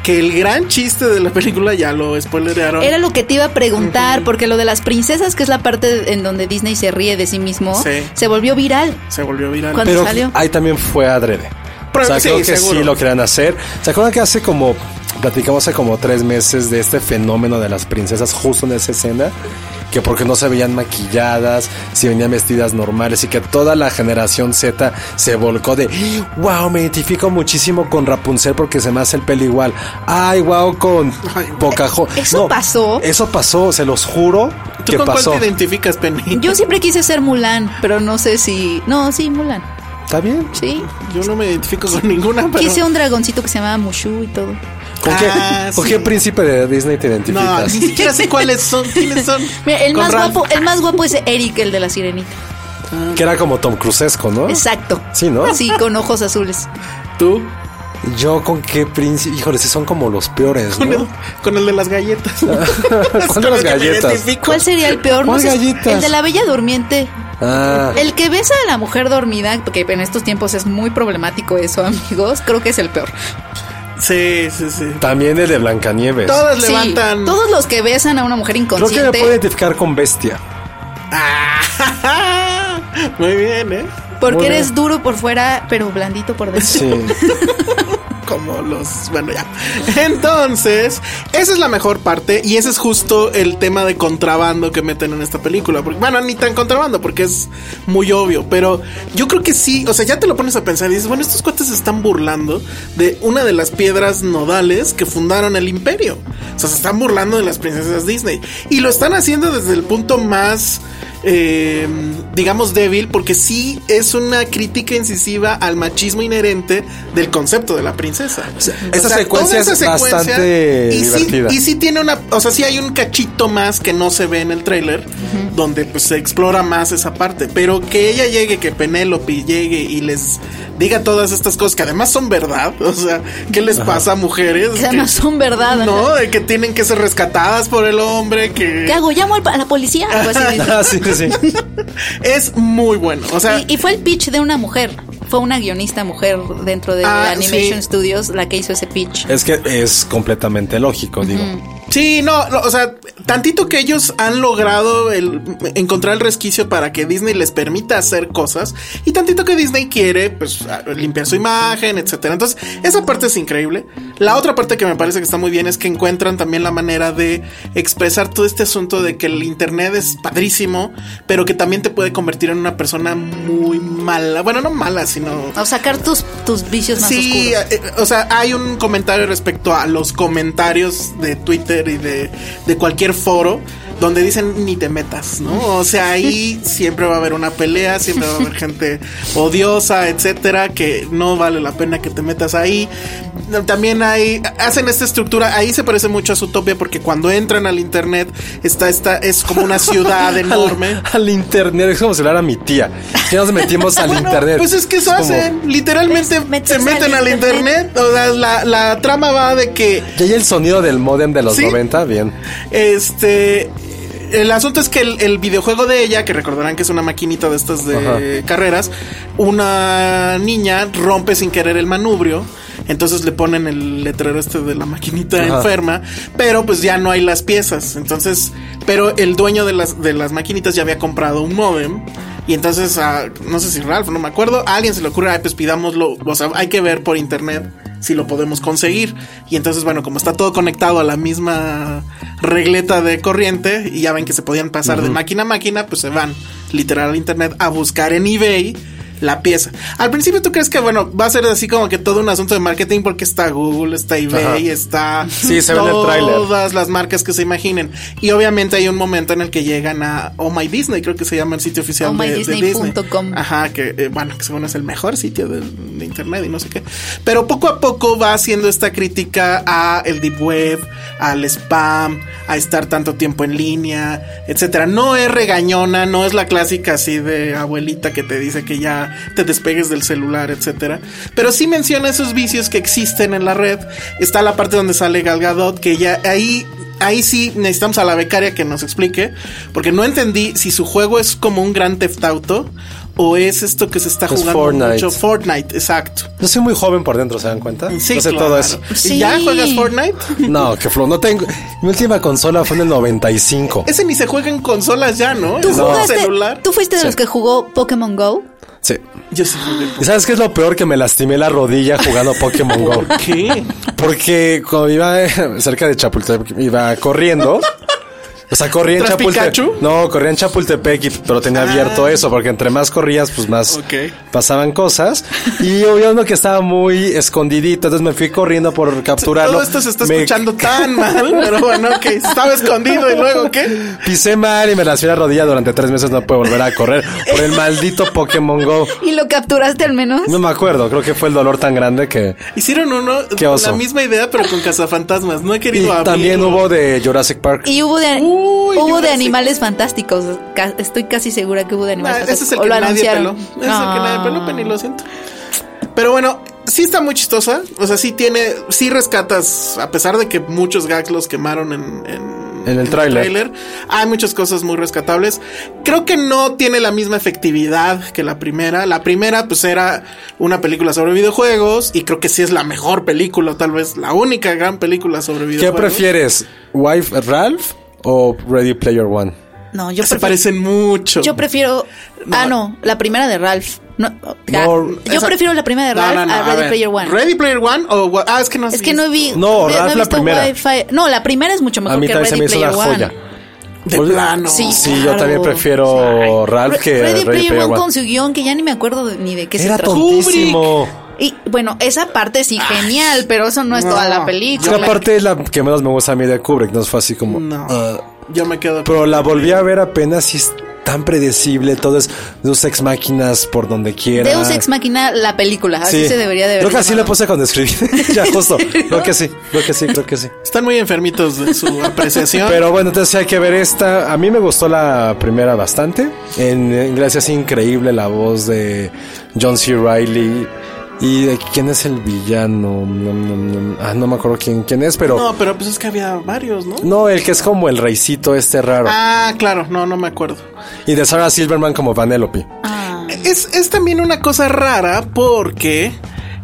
Speaker 4: que el gran chiste de la película ya lo spoilerearon.
Speaker 3: Era lo que te iba a preguntar, porque lo de las princesas, que es la parte en donde Disney se ríe de sí mismo,
Speaker 4: Sí.
Speaker 3: se volvió viral.
Speaker 4: Se volvió viral.
Speaker 3: Cuando-
Speaker 5: Pero
Speaker 3: salió.
Speaker 5: ahí también fue adrede.
Speaker 4: Pero-
Speaker 5: o sea,
Speaker 4: sí,
Speaker 5: creo que
Speaker 4: seguro.
Speaker 5: sí lo querían hacer. ¿Se acuerdan que hace como, platicamos hace como tres meses de este fenómeno de las princesas justo en esa escena? Que porque no se veían maquilladas, si venían vestidas normales y que toda la generación Z se volcó de, wow, me identifico muchísimo con Rapunzel porque se me hace el pelo igual. Ay, wow, con Pocahontas.
Speaker 3: ¿Eso pasó?
Speaker 5: Eso pasó, se los juro
Speaker 4: ¿Tú
Speaker 5: que
Speaker 4: con
Speaker 5: pasó.
Speaker 4: cuál te identificas, Penny?
Speaker 3: Yo siempre quise ser Mulan, pero no sé si... No, sí, Mulan,
Speaker 5: ¿Está bien?
Speaker 3: sí.
Speaker 4: Yo no me identifico con ninguna, pero...
Speaker 3: Quise un dragoncito que se llamaba Mushu y todo.
Speaker 5: ¿Con, qué,
Speaker 4: Ah,
Speaker 5: con
Speaker 4: sí.
Speaker 5: qué príncipe de Disney te
Speaker 4: No,
Speaker 5: identificas?
Speaker 4: ni siquiera sé cuáles son, quiénes son.
Speaker 3: Mira, el
Speaker 4: Con
Speaker 3: más,
Speaker 4: Ralph.
Speaker 3: guapo, el más guapo es Eric, el de la sirenita.
Speaker 5: Que era como Tom Crucesco, ¿no?
Speaker 3: Exacto.
Speaker 5: Oh. Sí, ¿no?
Speaker 3: Sí, con ojos azules.
Speaker 4: Tú,
Speaker 5: Yo con qué príncipe. Híjole, sí son como los peores,
Speaker 4: con el,
Speaker 5: ¿no?
Speaker 4: con el de las galletas.
Speaker 5: Ah, ¿Cuál de las galletas?
Speaker 3: ¿Cuál sería el peor?
Speaker 5: ¿Cuál
Speaker 3: sé,
Speaker 5: galletas?
Speaker 3: el de la bella durmiente.
Speaker 5: Ah,
Speaker 3: El que besa a la mujer dormida, porque en estos tiempos es muy problemático eso, amigos, creo que es el peor.
Speaker 4: Sí, sí, sí.
Speaker 5: también el de Blancanieves.
Speaker 4: Todas
Speaker 3: Sí,
Speaker 4: levantan...
Speaker 3: todos los que besan a una mujer
Speaker 5: Creo que me
Speaker 3: inconsciente.
Speaker 5: puedo identificar con Bestia.
Speaker 4: Ah, Muy bien, ¿eh?
Speaker 3: Porque
Speaker 5: Muy bien.
Speaker 3: eres duro por fuera, pero blandito por dentro.
Speaker 5: Sí.
Speaker 4: como los... Bueno, ya. Entonces, esa es la mejor parte y ese es justo el tema de contrabando que meten en esta película. Porque, bueno, ni tan contrabando porque es muy obvio, pero yo creo que sí, o sea, ya te lo pones a pensar y dices, bueno, estos cuates se están burlando de una de las piedras nodales que fundaron el imperio. O sea, se están burlando de las princesas Disney. Y lo están haciendo desde el punto más... eh, digamos débil porque sí es una crítica incisiva al machismo inherente del concepto de la princesa.
Speaker 5: esa
Speaker 4: toda
Speaker 5: secuencia es bastante
Speaker 4: y sí-
Speaker 5: divertida.
Speaker 4: y sí tiene una, o sea, sí hay un cachito más que no se ve en el tráiler, donde pues se explora más esa parte, pero que ella llegue, que Penélope llegue y les diga todas estas cosas que además son verdad, o sea, ¿qué les pasa a mujeres?
Speaker 3: Que además son verdad, ajá.
Speaker 4: No, de que tienen que ser rescatadas por el hombre, que
Speaker 3: ¿Qué hago? ¿Llamo al pa- a la policía? Algo así dice.
Speaker 5: Ah, sí, sí.
Speaker 4: es muy bueno, o sea,
Speaker 3: Y, y fue el pitch de una mujer. Fue una guionista mujer dentro de
Speaker 4: Ah,
Speaker 3: Animation
Speaker 4: sí. Eh.
Speaker 3: Studios la que hizo ese pitch.
Speaker 5: Es que es completamente lógico, digo.
Speaker 4: Sí, no, no, o sea, tantito que ellos han logrado el, encontrar el resquicio para que Disney les permita hacer cosas y tantito que Disney quiere, pues, a- limpiar su imagen, etcétera. Entonces, esa parte es increíble. La otra parte que me parece que está muy bien es que encuentran también la manera de expresar todo este asunto de que el internet es padrísimo, pero que también te puede convertir en una persona muy mala. Bueno, no mala, sino
Speaker 3: O sacar tus, tus vicios más
Speaker 4: Sí,
Speaker 3: oscuros.
Speaker 4: eh, o sea, hay un comentario respecto a los comentarios de Twitter y de, de cualquier foro donde dicen ni te metas, ¿no? O sea, ahí siempre va a haber una pelea, siempre va a haber gente odiosa, etcétera, que no vale la pena que te metas ahí. También hay, hacen esta estructura, ahí se parece mucho a Zootopia porque cuando entran al internet está esta, es como una ciudad enorme.
Speaker 5: Al, al internet, es como si hablara mi tía. Ya nos metimos al
Speaker 4: Bueno,
Speaker 5: internet.
Speaker 4: Pues es que eso
Speaker 5: como-
Speaker 4: hacen. Literalmente
Speaker 3: Meterse
Speaker 4: se meten
Speaker 3: al
Speaker 4: al
Speaker 3: internet.
Speaker 4: internet. O sea, la, la trama va de que
Speaker 5: Y ahí el sonido del modem de los
Speaker 4: Sí.
Speaker 5: 90, bien.
Speaker 4: este. El asunto es que el, el videojuego de ella, que recordarán que es una maquinita de estas de
Speaker 5: Ajá.
Speaker 4: carreras, una niña rompe sin querer el manubrio. Entonces le ponen el letrero este de la maquinita
Speaker 5: Ajá.
Speaker 4: enferma, pero pues ya no hay las piezas. Entonces, pero el dueño de las, de las maquinitas ya había comprado un modem. Y entonces, ah, no sé si Ralph, no me acuerdo, a alguien se le ocurre, "Ay, pues pidámoslo, o sea, hay que ver por internet si lo podemos conseguir. Y entonces, bueno, como está todo conectado a la misma regleta de corriente, y ya ven que se podían pasar de máquina a máquina, pues se van literal al internet a buscar en eBay la pieza. Al principio tú crees que, bueno, va a ser así como que todo un asunto de marketing porque está Google, está eBay, está...
Speaker 5: Sí, se ve en el tráiler.
Speaker 4: Todas las marcas que se imaginen. Y obviamente hay un momento en el que llegan a Oh My Disney, creo que se llama el sitio oficial de, de Disney.
Speaker 3: ohmydisney.com.
Speaker 4: Ajá, que eh, bueno, que según es el mejor sitio de, de internet y no sé qué. Pero poco a poco va haciendo esta crítica a el deep web, al spam, a estar tanto tiempo en línea, etcétera. No es regañona, no es la clásica así de abuelita que te dice que ya te despegues del celular, etcétera. Pero sí menciona esos vicios que existen en la red. Está la parte donde sale Gal Gadot, que ya ahí Ahí sí necesitamos a la becaria que nos explique, porque no entendí si su juego es como un gran Theft Auto o es esto que se está
Speaker 5: Es
Speaker 4: jugando
Speaker 5: Fortnite.
Speaker 4: mucho Fortnite, exacto.
Speaker 5: Yo soy muy joven por dentro, ¿se dan cuenta?
Speaker 4: Sí,
Speaker 5: Yo sé
Speaker 4: claro.
Speaker 5: todo eso.
Speaker 4: ¿Y
Speaker 3: Sí.
Speaker 4: ya juegas Fortnite?
Speaker 5: No, que flow, no tengo. Mi última consola fue en el 95.
Speaker 4: Ese ni se juega en consolas ya, ¿no?
Speaker 3: ¿Tú,
Speaker 4: Es en
Speaker 3: jugaste-
Speaker 4: celular.
Speaker 3: ¿Tú fuiste de los que jugó Pokémon Go?
Speaker 5: Sí.
Speaker 4: Yo sí jugué.
Speaker 5: ¿Y sabes qué es lo peor? Que me lastimé la rodilla jugando Pokémon Go.
Speaker 4: ¿Qué?
Speaker 5: Porque cuando iba eh, cerca de Chapultepec, iba corriendo. O sea, corría en
Speaker 4: ¿Tras Pikachu? Ah.
Speaker 5: Chapultepec. No, corría en Chapultepec, y- pero tenía abierto eso, porque entre más corrías, pues más
Speaker 4: Ok.
Speaker 5: pasaban cosas. Y había uno que estaba muy escondidito, entonces me fui corriendo por capturarlo.
Speaker 4: Todo esto se está
Speaker 5: Me
Speaker 4: escuchando tan mal, pero bueno, ok. Estaba escondido y luego, ¿qué?
Speaker 5: Pisé mal y me lastimé la rodilla durante tres meses, no pude volver a correr por el maldito Pokémon Go.
Speaker 3: ¿Y lo capturaste al menos?
Speaker 5: No me acuerdo, creo que fue el dolor tan grande que...
Speaker 4: Hicieron uno,
Speaker 5: Qué oso.
Speaker 4: la misma idea, pero con cazafantasmas. No he
Speaker 5: Y
Speaker 4: querido abrirlo.
Speaker 5: también hubo de Jurassic Park.
Speaker 3: Y hubo de,
Speaker 4: Uy, yo
Speaker 3: hubo de
Speaker 4: pensé-
Speaker 3: animales fantásticos. Ca- Estoy casi segura que hubo de
Speaker 4: Ah,
Speaker 3: animales
Speaker 4: ese
Speaker 3: fantásticos.
Speaker 4: es el
Speaker 3: O
Speaker 4: que
Speaker 3: lo
Speaker 4: nadie peló.
Speaker 3: anunciaron. Ah.
Speaker 4: Ese es el que nadie peló, Penny, lo siento. Pero bueno, sí está muy chistosa. O sea, sí tiene, sí rescatas, a pesar de que muchos gags los quemaron en, en,
Speaker 5: En el tráiler.
Speaker 4: Hay muchas cosas muy rescatables. Creo que no tiene la misma efectividad que la primera. La primera, pues, era una película sobre videojuegos. Y creo que sí es la mejor película, o tal vez la única gran película sobre
Speaker 5: ¿Qué
Speaker 4: videojuegos.
Speaker 5: prefieres? ¿Wife Ralph o Ready Player One?
Speaker 3: No, yo
Speaker 4: Se
Speaker 3: prefiero,
Speaker 4: parecen mucho.
Speaker 3: yo prefiero. Ah, no, la primera de Ralph. No, ya,
Speaker 4: No,
Speaker 3: yo
Speaker 4: esa-
Speaker 3: prefiero la primera de
Speaker 4: No,
Speaker 3: Ralph
Speaker 4: no, no,
Speaker 3: a Ready
Speaker 4: ver,
Speaker 3: Player One.
Speaker 4: ¿Ready Player One o what? Ah, es que no
Speaker 3: es que no vi.
Speaker 5: No, Ralph
Speaker 3: he
Speaker 5: la
Speaker 3: visto
Speaker 5: primera.
Speaker 3: Wi-Fi. No, la primera es mucho
Speaker 5: A
Speaker 3: mejor
Speaker 5: mí
Speaker 3: que
Speaker 5: también se
Speaker 3: Ready
Speaker 5: me hizo una
Speaker 3: Player
Speaker 5: joya.
Speaker 3: One.
Speaker 4: De
Speaker 5: Pues-
Speaker 4: plano.
Speaker 5: Sí, yo
Speaker 3: claro.
Speaker 5: también prefiero Ralph
Speaker 3: Re-
Speaker 5: que
Speaker 3: Ready Player One con
Speaker 5: One.
Speaker 3: su guión que ya ni me acuerdo de- ni de qué se
Speaker 5: Era
Speaker 3: trató.
Speaker 5: tontísimo.
Speaker 3: Y bueno, esa parte sí genial, pero eso no es toda la
Speaker 5: Es que
Speaker 3: película.
Speaker 5: aparte es la que menos me gusta a mí de Kubrick, no fue así como...
Speaker 4: No.
Speaker 5: ah,
Speaker 4: Yo me quedo.
Speaker 5: pero la volví a ver apenas y es tan predecible, todo es Deus Ex Máquinas por donde quiera.
Speaker 3: Deus Ex Machina, la película, así
Speaker 5: Sí.
Speaker 3: se debería de ver.
Speaker 5: Creo que así
Speaker 3: llamado.
Speaker 5: le puse cuando escribí. ya, justo. Creo que sí, creo que sí, creo que sí.
Speaker 4: Están muy enfermitos de su apreciación.
Speaker 5: Pero bueno, entonces hay que ver esta. A mí me gustó la primera bastante. En inglés es increíble la voz de John C. Riley. ¿Y de quién es el villano? No, no, no, ah, no me acuerdo quién, quién es, pero... No.
Speaker 4: No, pero pues es que había varios, ¿no?
Speaker 5: el que es como el reycito este raro.
Speaker 4: Ah, claro, no, no me acuerdo.
Speaker 5: Y de Sarah Silverman como Vanellope.
Speaker 3: Ah,
Speaker 4: Es, es también una cosa rara porque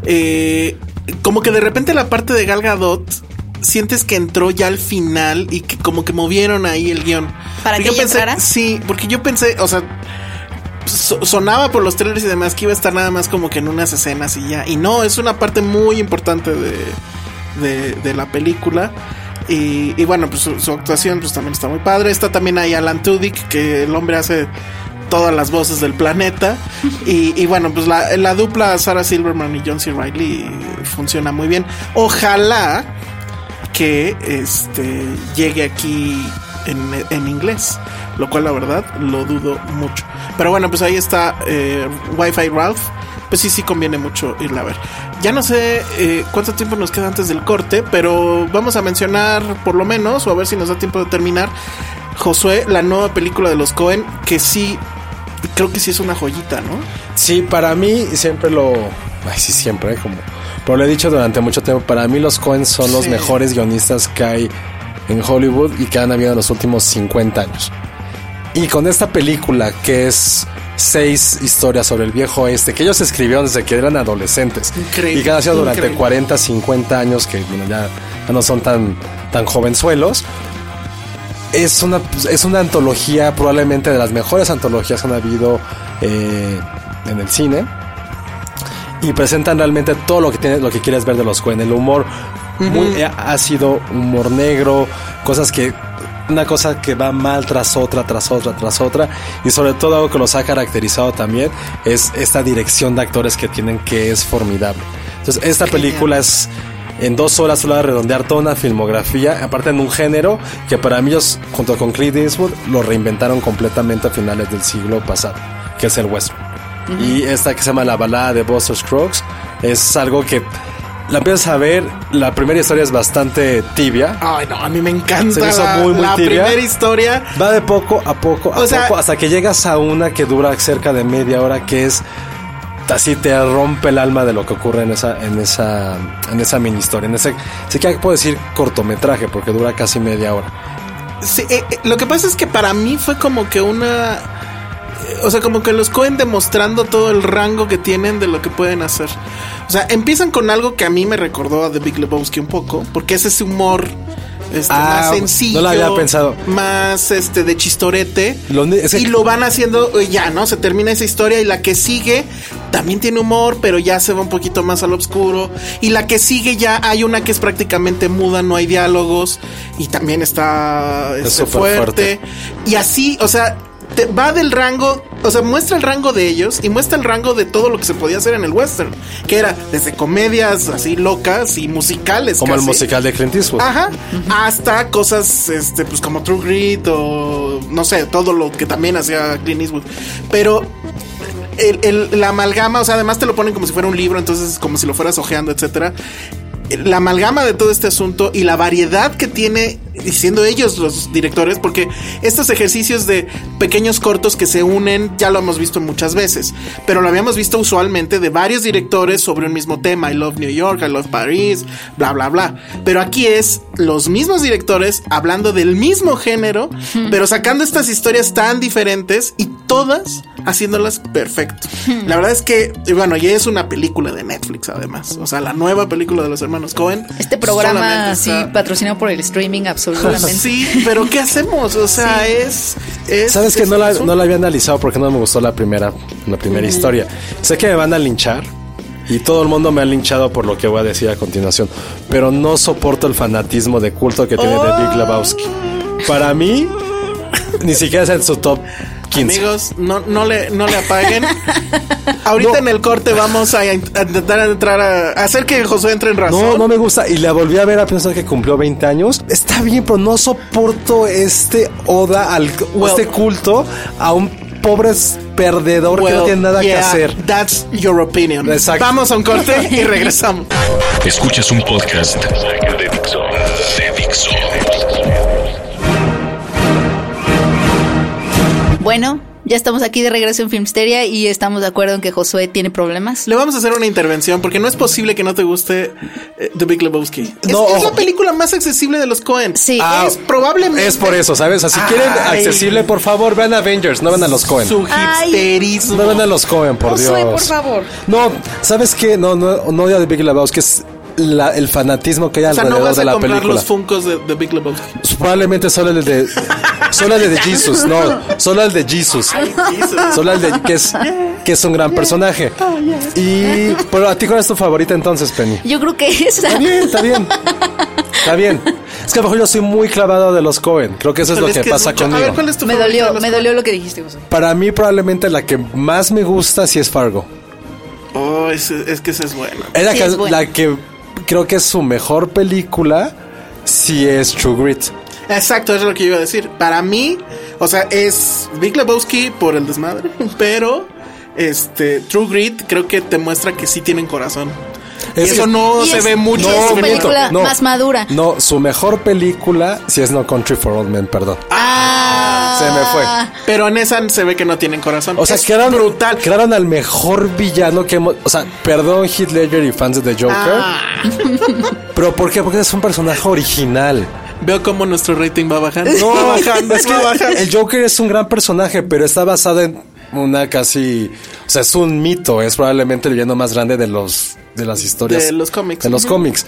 Speaker 4: eh, como que de repente la parte de Gal Gadot sientes que entró ya al final y que como que movieron ahí el guión.
Speaker 3: ¿Para
Speaker 4: Porque
Speaker 3: que
Speaker 4: yo
Speaker 3: ella
Speaker 4: pensé,
Speaker 3: entrara?
Speaker 4: Sí, porque yo pensé, o sea, so- sonaba por los trailers y demás que iba a estar nada más como que en unas escenas y ya. Y no, es una parte muy importante de, de, de la película. Y, y bueno, pues su, su actuación pues también está muy padre. Está también ahí Alan Tudyk, que el hombre hace todas las voces del planeta. Y, y bueno, pues la, la dupla Sarah Silverman y John C. Riley funciona muy bien. Ojalá que este llegue aquí en, en inglés, lo cual la verdad lo dudo mucho. Pero bueno, pues ahí está eh, Wi-Fi Ralph. Pues sí, sí conviene mucho irla a ver. Ya no sé eh, cuánto tiempo nos queda antes del corte, pero vamos a mencionar por lo menos, o a ver si nos da tiempo de terminar, Josué, la nueva película de los Cohen, que sí, creo que sí es una joyita, ¿no?
Speaker 5: Sí, para mí siempre lo... Ay, sí, siempre, ¿eh? como... Pero lo he dicho durante mucho tiempo, para mí los Cohen son los
Speaker 4: Sí.
Speaker 5: mejores guionistas que hay en Hollywood y que han habido en los últimos 50 años. Y con esta película, que es seis historias sobre el viejo este, que ellos escribieron desde que eran adolescentes.
Speaker 4: Increíble,
Speaker 5: Y que han sido durante
Speaker 4: increíble.
Speaker 5: 40, 50 años, que bueno, ya, ya no son tan, tan jovenzuelos. Es una, es una antología, probablemente de las mejores antologías que han habido eh, en el cine y presentan realmente todo lo que tienes, lo que quieres ver de los Coen. El humor muy ácido, humor negro, cosas que una cosa que va mal tras otra, tras otra, tras otra, y sobre todo algo que los ha caracterizado también es esta dirección de actores que tienen que es formidable. Entonces esta película es en dos horas solo de redondear toda una filmografía, aparte en un género que para mí ellos, junto con Clint Eastwood, lo reinventaron completamente a finales del siglo pasado, que es el western. Y esta que se llama La balada de Buster Scruggs es algo que la empiezas a ver. La primera historia es bastante tibia.
Speaker 4: Ay, no, a mí me encanta
Speaker 5: Se me hizo
Speaker 4: la,
Speaker 5: muy, muy
Speaker 4: la
Speaker 5: tibia.
Speaker 4: primera historia.
Speaker 5: Va de poco a poco a
Speaker 4: O sea-
Speaker 5: poco hasta que llegas a una que dura cerca de media hora que es así te rompe el alma de lo que ocurre en esa en esa en esa mini historia. En ese sí que puedo decir cortometraje porque dura casi media hora.
Speaker 4: Sí, eh, eh, lo que pasa es que para mí fue como que una. eh, O sea, como que los Cohen demostrando todo el rango que tienen de lo que pueden hacer. O sea, empiezan con algo que a mí me recordó a The Big Lebowski un poco, porque es ese humor este,
Speaker 5: Ah,
Speaker 4: más sencillo.
Speaker 5: no lo había pensado.
Speaker 4: Más este de chistorete.
Speaker 5: Lo ni- es que-
Speaker 4: y lo van haciendo eh, ya, ¿no? Se termina esa historia y la que sigue también tiene humor, pero ya se va un poquito más al oscuro. Y la que sigue ya hay una que es prácticamente muda, no hay diálogos y también está
Speaker 5: Es
Speaker 4: este,
Speaker 5: súper
Speaker 4: fuerte.
Speaker 5: fuerte.
Speaker 4: Y así, o sea, te- va del rango, o sea, muestra el rango de ellos y muestra el rango de todo lo que se podía hacer en el western, que era desde comedias así locas y musicales.
Speaker 5: Como el
Speaker 4: casi.
Speaker 5: musical de Clint Eastwood.
Speaker 4: Ajá. Hasta cosas, este, pues como True Grit o no sé, todo lo que también hacía Clint Eastwood. Pero el, el- la amalgama, o sea, además te lo ponen como si fuera un libro, entonces es como si lo fueras ojeando, etcétera. La amalgama de todo este asunto y la variedad que tiene, y siendo ellos los directores, porque estos ejercicios de pequeños cortos que se unen ya lo hemos visto muchas veces, pero lo habíamos visto usualmente de varios directores sobre un mismo tema: I love New York, I love Paris, bla, bla, bla. Pero aquí es los mismos directores hablando del mismo género, pero sacando estas historias tan diferentes y todas haciéndolas perfecto. La verdad es que, y bueno, ya es una película de Netflix además. O sea, la nueva película de los hermanos Cohen.
Speaker 3: Este programa
Speaker 4: solamente
Speaker 3: sí
Speaker 4: está-
Speaker 3: patrocinado por el streaming absolutamente.
Speaker 4: Sí, pero ¿qué hacemos? O sea, es Es-
Speaker 5: Sabes que
Speaker 4: es-
Speaker 5: no la,
Speaker 4: es un-
Speaker 5: no la había analizado porque no me gustó la primera, la primera historia. Sé que me van a linchar y todo el mundo me ha linchado por lo que voy a decir a continuación, pero no soporto el fanatismo de culto que tiene de
Speaker 4: Oh.
Speaker 5: Big Lebowski. Para mí, ni siquiera es en su top 15.
Speaker 4: Amigos, no, no, le, no le apaguen. Ahorita en el corte vamos a, in- a intentar entrar a, a hacer que José entre en razón.
Speaker 5: No, no me gusta. Y la volví a ver a pensar que cumplió 20 años. Está bien, pero no soporto este oda al o
Speaker 4: Well-
Speaker 5: este culto a un pobre perdedor que no
Speaker 4: Well,
Speaker 5: tiene nada que
Speaker 4: yeah,
Speaker 5: hacer.
Speaker 4: That's your opinion.
Speaker 5: Exacto.
Speaker 4: Vamos a un corte y regresamos.
Speaker 1: Escuchas un podcast de Dixo. De Dixo.
Speaker 3: Bueno, ya estamos aquí de regreso en Filmsteria y estamos de acuerdo en que Josué tiene problemas.
Speaker 4: Le vamos a hacer una intervención porque no es posible que no te guste eh, The Big Lebowski. Es-
Speaker 5: No,
Speaker 4: es, la
Speaker 5: ojo.
Speaker 4: película más accesible de los Cohen.
Speaker 3: Sí.
Speaker 5: Ah,
Speaker 4: es probablemente
Speaker 5: Es por eso, ¿sabes? Así quieren
Speaker 4: Ay.
Speaker 5: accesible, por favor, vean Avengers, no vean a los Cohen.
Speaker 4: su
Speaker 3: Ay.
Speaker 4: hipsterismo.
Speaker 5: No vean a los Cohen, por Dios.
Speaker 3: Josué, por favor.
Speaker 5: No, ¿sabes qué? No, no, no odio a Big Lebowski, es la- el fanatismo que hay
Speaker 4: o sea,
Speaker 5: alrededor
Speaker 4: no vas
Speaker 5: de
Speaker 4: a
Speaker 5: la
Speaker 4: comprar
Speaker 5: película.
Speaker 4: los Funkos de The Big Lebowski.
Speaker 5: Probablemente solo el de. Solo el de Jesus, no. Solo el de Jesus. Solo el de. que es, que es un gran personaje. Y. Pero a ti, ¿cuál es tu favorita entonces, Penny?
Speaker 3: Yo creo que esa.
Speaker 5: Está bien, está bien. Está bien. Es que a lo mejor yo soy muy clavado de los Cohen. Creo que eso es lo
Speaker 4: Es
Speaker 5: que,
Speaker 4: que es
Speaker 5: pasa
Speaker 4: mucho- A
Speaker 5: conmigo.
Speaker 4: ver, ¿cuál es tu
Speaker 3: Me
Speaker 4: favorita de
Speaker 3: dolió,
Speaker 4: los
Speaker 3: me
Speaker 4: Coen?
Speaker 3: dolió lo que dijiste, Josué.
Speaker 5: Para mí, probablemente la que más me gusta sí es Fargo.
Speaker 4: Oh, es, es que esa es buena.
Speaker 5: Es la,
Speaker 3: Sí,
Speaker 5: que,
Speaker 3: es buena.
Speaker 5: la que creo que es su mejor película. Sí es True Grit.
Speaker 4: Exacto, es lo que iba a decir. Para mí, o sea, es Big Lebowski por el desmadre, pero este True Grit creo que te muestra que sí tienen corazón.
Speaker 5: Es
Speaker 4: Eso
Speaker 5: que-
Speaker 4: no
Speaker 3: y
Speaker 4: se
Speaker 3: es-
Speaker 4: ve mucho.
Speaker 3: y es su
Speaker 4: en
Speaker 5: miento,
Speaker 3: película más madura.
Speaker 5: No, su mejor película sí es No Country for Old Men, perdón.
Speaker 3: Ah,
Speaker 5: Se me fue.
Speaker 4: Pero en esa se ve que no tienen corazón.
Speaker 5: O sea,
Speaker 4: Es
Speaker 5: crearon,
Speaker 4: brutal.
Speaker 5: crearon al mejor villano que hemos. O sea, perdón, Heath Ledger y fans de The Joker.
Speaker 4: Ah.
Speaker 5: Pero ¿por qué? Porque es un personaje original.
Speaker 4: Veo cómo nuestro rating va bajando.
Speaker 5: No,
Speaker 4: va bajando,
Speaker 5: es que
Speaker 4: va bajando.
Speaker 5: el Joker es un gran personaje, pero está basado en una casi. O sea, es un mito. Es probablemente el villano más grande de los de las historias.
Speaker 4: De los cómics.
Speaker 5: De los
Speaker 4: Ujú.
Speaker 5: cómics.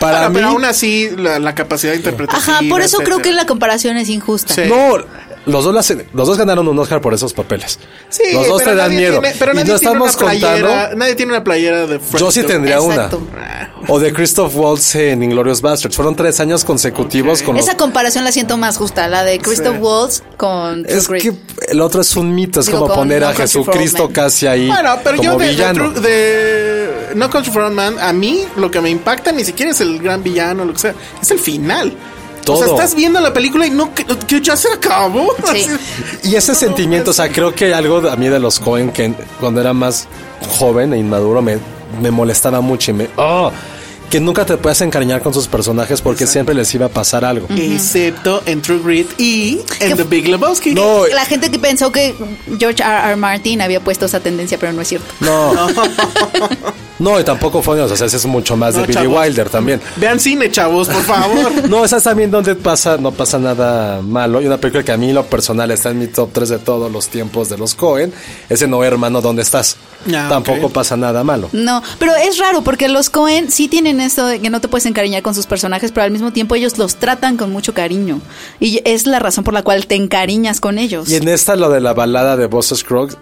Speaker 5: Para
Speaker 4: Ahora,
Speaker 5: mí.
Speaker 4: pero aún así, la, la capacidad de interpretación.
Speaker 3: Ajá, por eso creo que la comparación es injusta.
Speaker 4: Sí.
Speaker 5: No, los dos, las- los dos ganaron un Oscar por esos papeles.
Speaker 4: Sí,
Speaker 5: los dos
Speaker 4: pero
Speaker 5: te dan
Speaker 4: nadie
Speaker 5: miedo.
Speaker 4: tiene- pero
Speaker 5: y
Speaker 4: nadie
Speaker 5: no
Speaker 4: tiene una
Speaker 5: estamos
Speaker 4: playera-
Speaker 5: contando.
Speaker 4: Nadie tiene una playera de Ah. Fred
Speaker 5: Yo sí
Speaker 4: Durst.
Speaker 5: tendría
Speaker 3: Exacto.
Speaker 5: una. O de Christoph Waltz en Inglorious Bastards. Fueron tres años consecutivos con los...
Speaker 3: Esa comparación la siento más justa, la de Christoph Waltz con True
Speaker 5: Es
Speaker 3: Grit.
Speaker 5: que el otro es un mito. Es
Speaker 3: Digo,
Speaker 5: como
Speaker 3: con
Speaker 5: poner a
Speaker 3: No Country for
Speaker 5: Jesucristo
Speaker 3: Old Men.
Speaker 5: casi ahí
Speaker 4: Bueno, pero
Speaker 5: como
Speaker 4: yo de, de
Speaker 5: villano.
Speaker 4: True- de No Country for Old Man, a mí lo que me impacta ni siquiera es el gran villano, lo que sea, es el final. O sea,
Speaker 5: Todo.
Speaker 4: estás viendo la película y no que, que ya se acabó.
Speaker 3: Sí.
Speaker 5: Y ese sentimiento, o sea, creo que algo de- a mí de los Cohen que cuando era más joven e inmaduro me, me molestaba mucho y me... ¡Oh! Que nunca te puedes encariñar con sus personajes porque siempre les iba a pasar algo.
Speaker 4: Excepto en True Grit y en The Big Lebowski.
Speaker 5: No,
Speaker 3: La gente que pensó que George R. R. Martin había puesto esa tendencia, pero no es cierto.
Speaker 5: no. No, y tampoco fue... O sea, ese es mucho más
Speaker 4: No,
Speaker 5: de Billy
Speaker 4: chavos.
Speaker 5: Wilder también.
Speaker 4: Vean cine, chavos, por favor.
Speaker 5: No, esa es también donde pasa, no pasa nada malo. Y una película que a mí lo personal está en mi top 3 de todos los tiempos de los Cohen. Ese no, hermano, ¿dónde estás?
Speaker 4: Ah,
Speaker 5: Tampoco
Speaker 4: ok.
Speaker 5: pasa nada malo.
Speaker 3: No, pero es raro porque los Cohen sí tienen esto de que no te puedes encariñar con sus personajes, pero al mismo tiempo ellos los tratan con mucho cariño. Y es la razón por la cual te encariñas con ellos.
Speaker 5: Y en esta, lo de la balada de Boss Scruggs,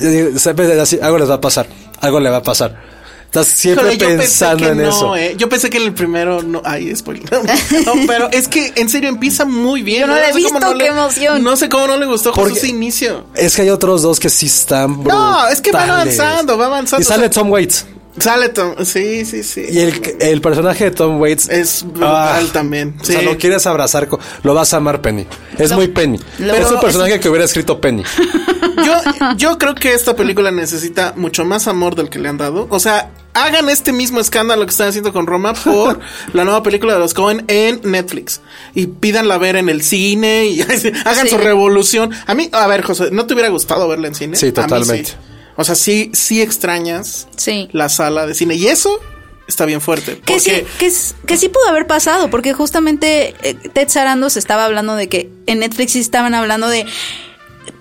Speaker 5: eh, siempre era así, algo les va a pasar, algo le va a pasar. Estás siempre
Speaker 4: Híjole, yo
Speaker 5: pensando
Speaker 4: pensé que
Speaker 5: en
Speaker 4: no,
Speaker 5: eso.
Speaker 4: eh. Yo pensé que en el primero no. Ay, spoiler. No, pero es que en serio empieza muy bien.
Speaker 3: Yo no la he
Speaker 4: sé cómo
Speaker 3: visto,
Speaker 4: le-
Speaker 3: qué emoción.
Speaker 4: No sé cómo no le gustó Jesús
Speaker 5: Porque-
Speaker 4: ese inicio.
Speaker 5: Es que hay otros dos que sí están
Speaker 4: No, es que van
Speaker 5: brutales.
Speaker 4: avanzando, va avanzando.
Speaker 5: Y sale Tom Waits.
Speaker 4: Sale Tom. Sí, sí, sí.
Speaker 5: Y el, el personaje de Tom Waits Ah,
Speaker 4: Es brutal también,
Speaker 5: O sea,
Speaker 4: sí.
Speaker 5: lo quieres abrazar, co- lo vas a amar, Penny. Es muy Penny.
Speaker 3: lo-
Speaker 5: es un
Speaker 3: es-
Speaker 5: personaje que hubiera escrito Penny.
Speaker 4: Yo, yo creo que esta película necesita mucho más amor del que le han dado. O sea, hagan este mismo escándalo que están haciendo con Roma por la nueva película de los Cohen en Netflix. Y pídanla ver en el cine y hagan
Speaker 3: Sí.
Speaker 4: su revolución. A mí, a ver, José, ¿no te hubiera gustado verla en cine?
Speaker 5: Sí,
Speaker 4: A mí
Speaker 5: totalmente.
Speaker 4: O sea, sí, sí extrañas
Speaker 3: Sí.
Speaker 4: la sala de cine. Y eso está bien fuerte.
Speaker 3: Que
Speaker 4: porque-
Speaker 3: sí, que, s- que sí pudo haber pasado, porque justamente eh, Ted Sarandos estaba hablando de que en Netflix sí estaban hablando de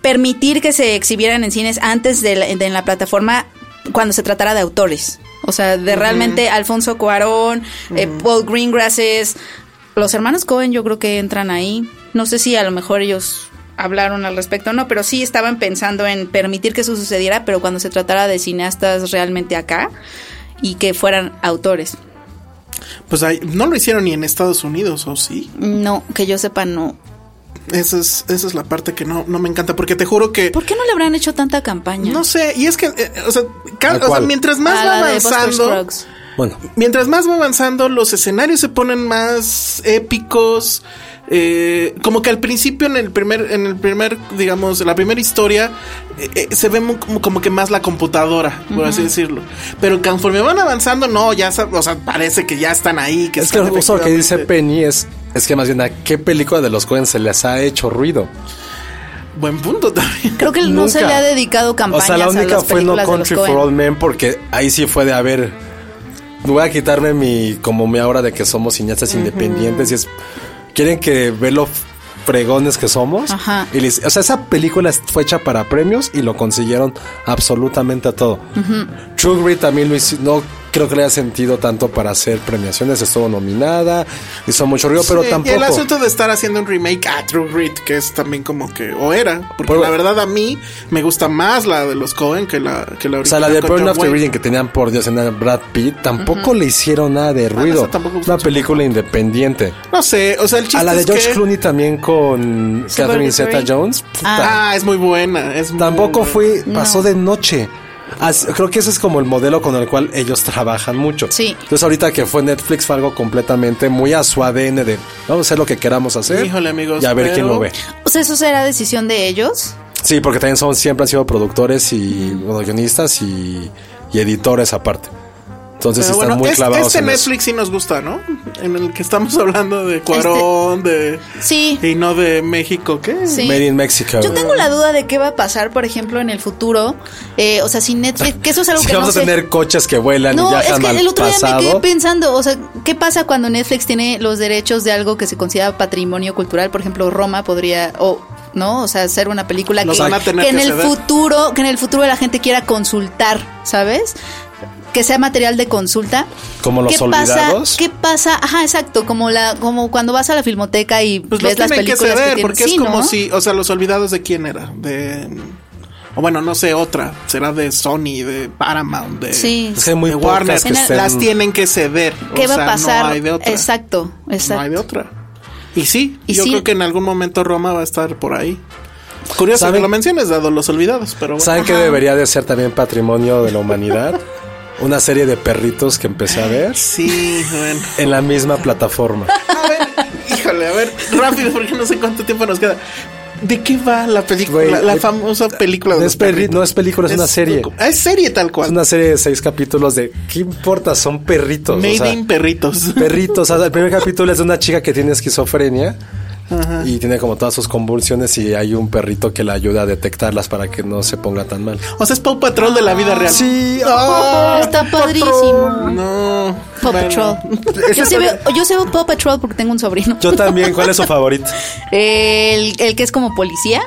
Speaker 3: permitir que se exhibieran en cines antes de la, de la plataforma cuando se tratara de autores. O sea, de realmente Alfonso Cuarón, eh, Paul Greengrass, los hermanos Cohen yo creo que entran ahí. No sé si a lo mejor ellos hablaron al respecto o no, pero sí estaban pensando en permitir que eso sucediera, pero cuando se tratara de cineastas realmente acá y que fueran autores.
Speaker 4: Pues ahí- no lo hicieron ni en Estados Unidos, ¿o sí?
Speaker 3: No, que yo sepa, no.
Speaker 4: Esa es, esa es la parte que no, no me encanta, porque te juro que...
Speaker 3: ¿Por qué no le habrán hecho tanta campaña?
Speaker 4: No sé, y es que, eh, o sea, ca-
Speaker 5: ¿A
Speaker 4: o sea,
Speaker 5: cuál?
Speaker 4: mientras más
Speaker 3: A
Speaker 4: va
Speaker 3: la de Buster
Speaker 4: avanzando...
Speaker 3: Scruggs.
Speaker 5: Bueno,
Speaker 4: Mientras más va avanzando, los escenarios se ponen más épicos. eh, como que al principio, en el primer, en el primer, digamos, la primera historia, eh, eh, se ve mu- como, como que más la computadora, por así decirlo. Pero conforme van avanzando, no, ya, sab- o sea, parece que ya están ahí. Que
Speaker 5: es que
Speaker 4: están
Speaker 5: justo lo que dice
Speaker 4: efectivamente-
Speaker 5: Penny es, es que más bien a qué película de los Coen se les ha hecho ruido.
Speaker 4: Buen punto también.
Speaker 3: Creo que no se
Speaker 5: Nunca.
Speaker 3: le ha dedicado campañas
Speaker 5: O sea, la
Speaker 3: a
Speaker 5: única
Speaker 3: las
Speaker 5: fue No
Speaker 3: películas de los
Speaker 5: Country for
Speaker 3: Coen.
Speaker 5: Old Men porque ahí sí fue de a ver. Voy a quitarme mi como mi ahora de que somos cineastas independientes y es quieren que ve lo fregones que somos.
Speaker 3: Ajá.
Speaker 5: Y les- o sea, esa película fue hecha para premios y lo consiguieron absolutamente a todo. True Grit también lo hizo- no creo que le haya sentido tanto para hacer premiaciones, estuvo nominada, hizo mucho ruido, pero
Speaker 4: Sí,
Speaker 5: tampoco.
Speaker 4: Y el asunto de estar haciendo un remake a True Grit, que es también como que, o era, porque
Speaker 5: Pero-
Speaker 4: la verdad a mí me gusta más la de los Cohen que la, que la
Speaker 5: O sea, la de
Speaker 4: original con
Speaker 5: Burn
Speaker 4: John
Speaker 5: After
Speaker 4: Wayne.
Speaker 5: Reading que tenían por Dios en Brad Pitt, tampoco le hicieron nada de ruido.
Speaker 4: Ah, esa tampoco
Speaker 5: una
Speaker 4: funcionó.
Speaker 5: película independiente.
Speaker 4: No sé, o sea, el chiste
Speaker 5: A la de
Speaker 4: es
Speaker 5: George
Speaker 4: que-
Speaker 5: Clooney también con
Speaker 3: Silver
Speaker 5: Catherine
Speaker 3: Victory.
Speaker 5: Zeta Jones. puta,
Speaker 4: Ah, es muy buena. Es muy
Speaker 5: Tampoco
Speaker 4: buena.
Speaker 5: fue, pasó de noche. As- creo que ese es como el modelo con el cual ellos trabajan mucho.
Speaker 3: Sí.
Speaker 5: Entonces ahorita que fue Netflix fue algo completamente muy a su ADN de vamos a hacer lo que queramos hacer.
Speaker 4: Híjole, amigos,
Speaker 5: Y a ver
Speaker 4: pero-
Speaker 5: quién lo ve.
Speaker 3: O sea, eso será decisión de ellos.
Speaker 5: Sí, porque también son siempre han sido productores y bueno, guionistas y, y editores aparte. Entonces
Speaker 4: Pero
Speaker 5: están
Speaker 4: bueno,
Speaker 5: muy
Speaker 4: es-
Speaker 5: clavados
Speaker 4: este
Speaker 5: en eso.
Speaker 4: Netflix sí nos gusta, ¿no? En el que estamos hablando de Cuarón,
Speaker 3: Sí.
Speaker 4: de. Y no de México, ¿qué?
Speaker 3: Este- Sí.
Speaker 5: Made in Mexico.
Speaker 3: Yo tengo la duda de qué va a pasar, por ejemplo, en el futuro. Eh, o sea, si Netflix, que eso es algo
Speaker 5: Si
Speaker 3: que
Speaker 5: vamos
Speaker 3: no
Speaker 5: a
Speaker 3: sé.
Speaker 5: tener coches que vuelan y
Speaker 3: No, es
Speaker 5: viajan
Speaker 3: que
Speaker 5: al
Speaker 3: el otro
Speaker 5: pasado.
Speaker 3: día me quedé pensando, o sea, ¿qué pasa cuando Netflix tiene los derechos de algo que se considera patrimonio cultural? Por ejemplo, Roma podría, o no, o sea, ser una película
Speaker 4: Los
Speaker 3: que,
Speaker 4: van a tener
Speaker 3: que en
Speaker 4: que
Speaker 3: el
Speaker 4: ceder.
Speaker 3: futuro, que en el futuro la gente quiera consultar, ¿sabes? Que sea material de consulta.
Speaker 5: Como los olvidados.
Speaker 3: Pasa, ¿Qué pasa? Ajá, exacto, como la, como cuando vas a la filmoteca y
Speaker 4: Pues los
Speaker 3: ves las
Speaker 4: tienen que
Speaker 3: películas que,
Speaker 4: ceder,
Speaker 3: tienen.
Speaker 4: porque
Speaker 3: Sí,
Speaker 4: es como
Speaker 3: ¿no?
Speaker 4: si. O sea, los olvidados de quién era. De. O bueno, no sé, otra. Será de Sony, de Paramount, de.
Speaker 3: Sí.
Speaker 5: Es que hay muy
Speaker 4: de
Speaker 5: pocas
Speaker 4: Warner.
Speaker 5: que
Speaker 3: En el-
Speaker 5: estén-
Speaker 4: Las tienen que ceder. o
Speaker 3: ¿Qué va
Speaker 4: sea,
Speaker 3: a pasar?
Speaker 4: No hay de otra.
Speaker 3: Exacto, exacto.
Speaker 4: No hay de otra. Y sí,
Speaker 3: Y
Speaker 4: yo
Speaker 3: sí.
Speaker 4: creo que en algún momento Roma va a estar por ahí. Curioso
Speaker 5: ¿Saben?
Speaker 4: que lo menciones, dado los olvidados, pero bueno.
Speaker 5: ¿Saben qué debería de ser también patrimonio de la humanidad? Una serie de perritos que empecé a ver
Speaker 4: Sí, bueno.
Speaker 5: en la misma plataforma.
Speaker 4: A ver, híjole, a ver, rápido, porque no sé cuánto tiempo nos queda. ¿De qué va la película?
Speaker 5: Güey,
Speaker 4: la la
Speaker 5: eh,
Speaker 4: famosa película de
Speaker 5: No
Speaker 4: los
Speaker 5: es, perri-
Speaker 4: perritos.
Speaker 5: no es película, es, una serie.
Speaker 4: Ah, Es serie tal
Speaker 5: Es
Speaker 4: cual.
Speaker 5: una serie de seis capítulos de ¿qué importa? Son perritos. o
Speaker 4: Made
Speaker 5: sea,
Speaker 4: in perritos.
Speaker 5: perritos. O sea, el primer capítulo es de una chica que tiene esquizofrenia y tiene como todas sus convulsiones y hay un perrito que la ayuda a detectarlas para que no se ponga tan mal.
Speaker 4: O sea, es Paw Patrol de la vida real.
Speaker 5: Sí,
Speaker 4: Ah,
Speaker 3: Está padrísimo.
Speaker 4: No.
Speaker 3: Paw
Speaker 4: bueno.
Speaker 3: Patrol. Yo sí, veo, yo sí veo Paw Patrol porque tengo un sobrino.
Speaker 5: Yo también, ¿cuál es su favorito?
Speaker 3: El, el que es como policía,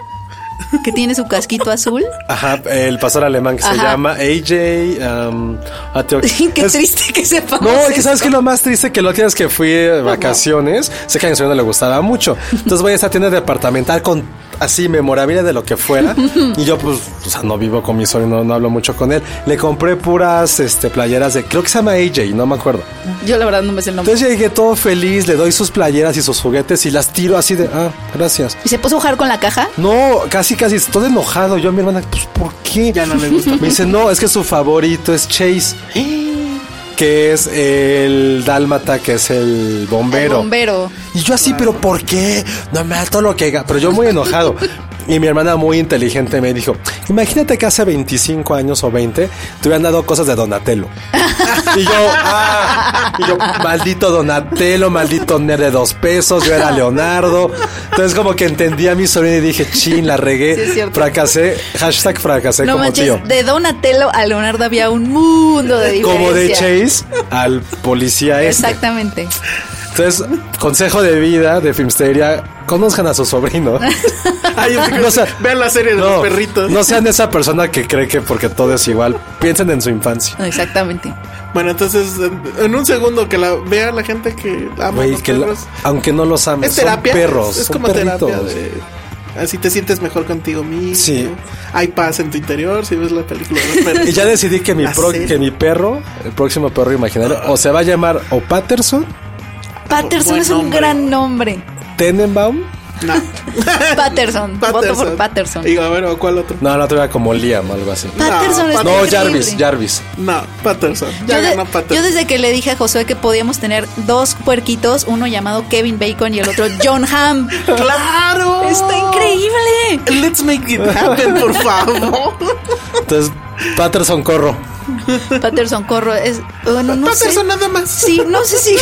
Speaker 3: que tiene su casquito azul.
Speaker 5: Ajá, el pastor alemán que se
Speaker 3: Ajá.
Speaker 5: llama AJ um, Ateo-
Speaker 3: Qué
Speaker 5: Es-
Speaker 3: triste que sepamos.
Speaker 5: No, es que sabes
Speaker 3: eso.
Speaker 5: que lo más triste que la última vez que fui de vacaciones, sé que a mi suegra le gustaba mucho. Entonces voy a esta tienda departamental con así memorabilia de lo que fuera. Y yo, pues, o sea, no vivo con mi sobrino, no hablo mucho con él. Le compré puras este, playeras de, creo que se llama AJ, no me acuerdo.
Speaker 3: Yo la verdad no me sé el nombre.
Speaker 5: Entonces llegué todo feliz, le doy sus playeras y sus juguetes y las tiro así de, ah, gracias.
Speaker 3: ¿Y se puso a jugar con la caja?
Speaker 5: No, casi, casi, todo enojado. Yo a mi hermana, pues, ¿por qué?
Speaker 4: Ya no le gusta.
Speaker 5: Me dice, no, es que su favorito es Chase, que es el dálmata, que es el
Speaker 3: El
Speaker 5: bombero.
Speaker 3: bombero.
Speaker 5: Y yo así, pero ¿por qué? No me da todo lo que... haga". Pero yo muy enojado. Y mi hermana muy inteligente me dijo, imagínate que hace 25 años o 20 te hubieran dado cosas de Donatello. Y yo, ah, y yo, maldito Donatello, maldito nerd de dos pesos, yo era Leonardo. Entonces como que entendí a mi sobrino y dije, chin, la
Speaker 3: Sí, es
Speaker 5: regué,
Speaker 3: cierto.
Speaker 5: fracasé, hashtag fracasé
Speaker 3: No
Speaker 5: como
Speaker 3: manches,
Speaker 5: tío.
Speaker 3: de Donatello a Leonardo había un mundo de diferencia.
Speaker 5: Como de Chase al policía este.
Speaker 3: Exactamente.
Speaker 5: Entonces, consejo de vida de Filmsteria, conozcan a su sobrino.
Speaker 4: Ay, yo creo
Speaker 5: No
Speaker 4: que-
Speaker 5: sé.
Speaker 4: Vean la serie de los perritos.
Speaker 5: no sean esa persona que cree que porque todo es igual. Piensen en su infancia.
Speaker 3: Exactamente.
Speaker 4: Bueno, entonces, en, en un segundo que la vea la gente que ama
Speaker 5: Güey,
Speaker 4: los
Speaker 5: que la-
Speaker 4: Ah, perros.
Speaker 5: aunque no los amen,
Speaker 4: Es terapia.
Speaker 5: son perros.
Speaker 4: Es, es
Speaker 5: son
Speaker 4: como terapia
Speaker 5: perritos.
Speaker 4: de. Así te sientes mejor contigo mismo.
Speaker 5: Sí.
Speaker 4: Hay paz en tu interior si ves la película.
Speaker 5: Y ya decidí que mi,
Speaker 4: La
Speaker 5: pro-
Speaker 4: serie.
Speaker 5: que mi perro, el próximo perro imaginario, o se va a llamar o Patterson,
Speaker 3: Patterson
Speaker 4: Buen
Speaker 3: es un
Speaker 4: nombre.
Speaker 3: gran nombre.
Speaker 5: Tenenbaum.
Speaker 4: No.
Speaker 3: Patterson. Voto por Patterson.
Speaker 4: Digo, a ver, ¿o cuál otro?
Speaker 5: No, no te vea como Liam, algo así.
Speaker 3: Patterson es
Speaker 4: No,
Speaker 5: No,
Speaker 3: increíble.
Speaker 5: Jarvis, Jarvis.
Speaker 4: No, Patterson. Ya
Speaker 3: yo, de-
Speaker 4: ganó
Speaker 3: yo
Speaker 4: Patterson.
Speaker 3: desde que le dije a Josué que podíamos tener dos puerquitos, uno llamado Kevin Bacon y el otro John Ham.
Speaker 4: Oh. ¡Claro!
Speaker 3: ¡Está increíble!
Speaker 4: Let's make it happen, por favor.
Speaker 5: Entonces, Patterson corro.
Speaker 3: Patterson Corro es... bueno, no sé.
Speaker 4: Patterson nada más.
Speaker 3: Sí, no sé si...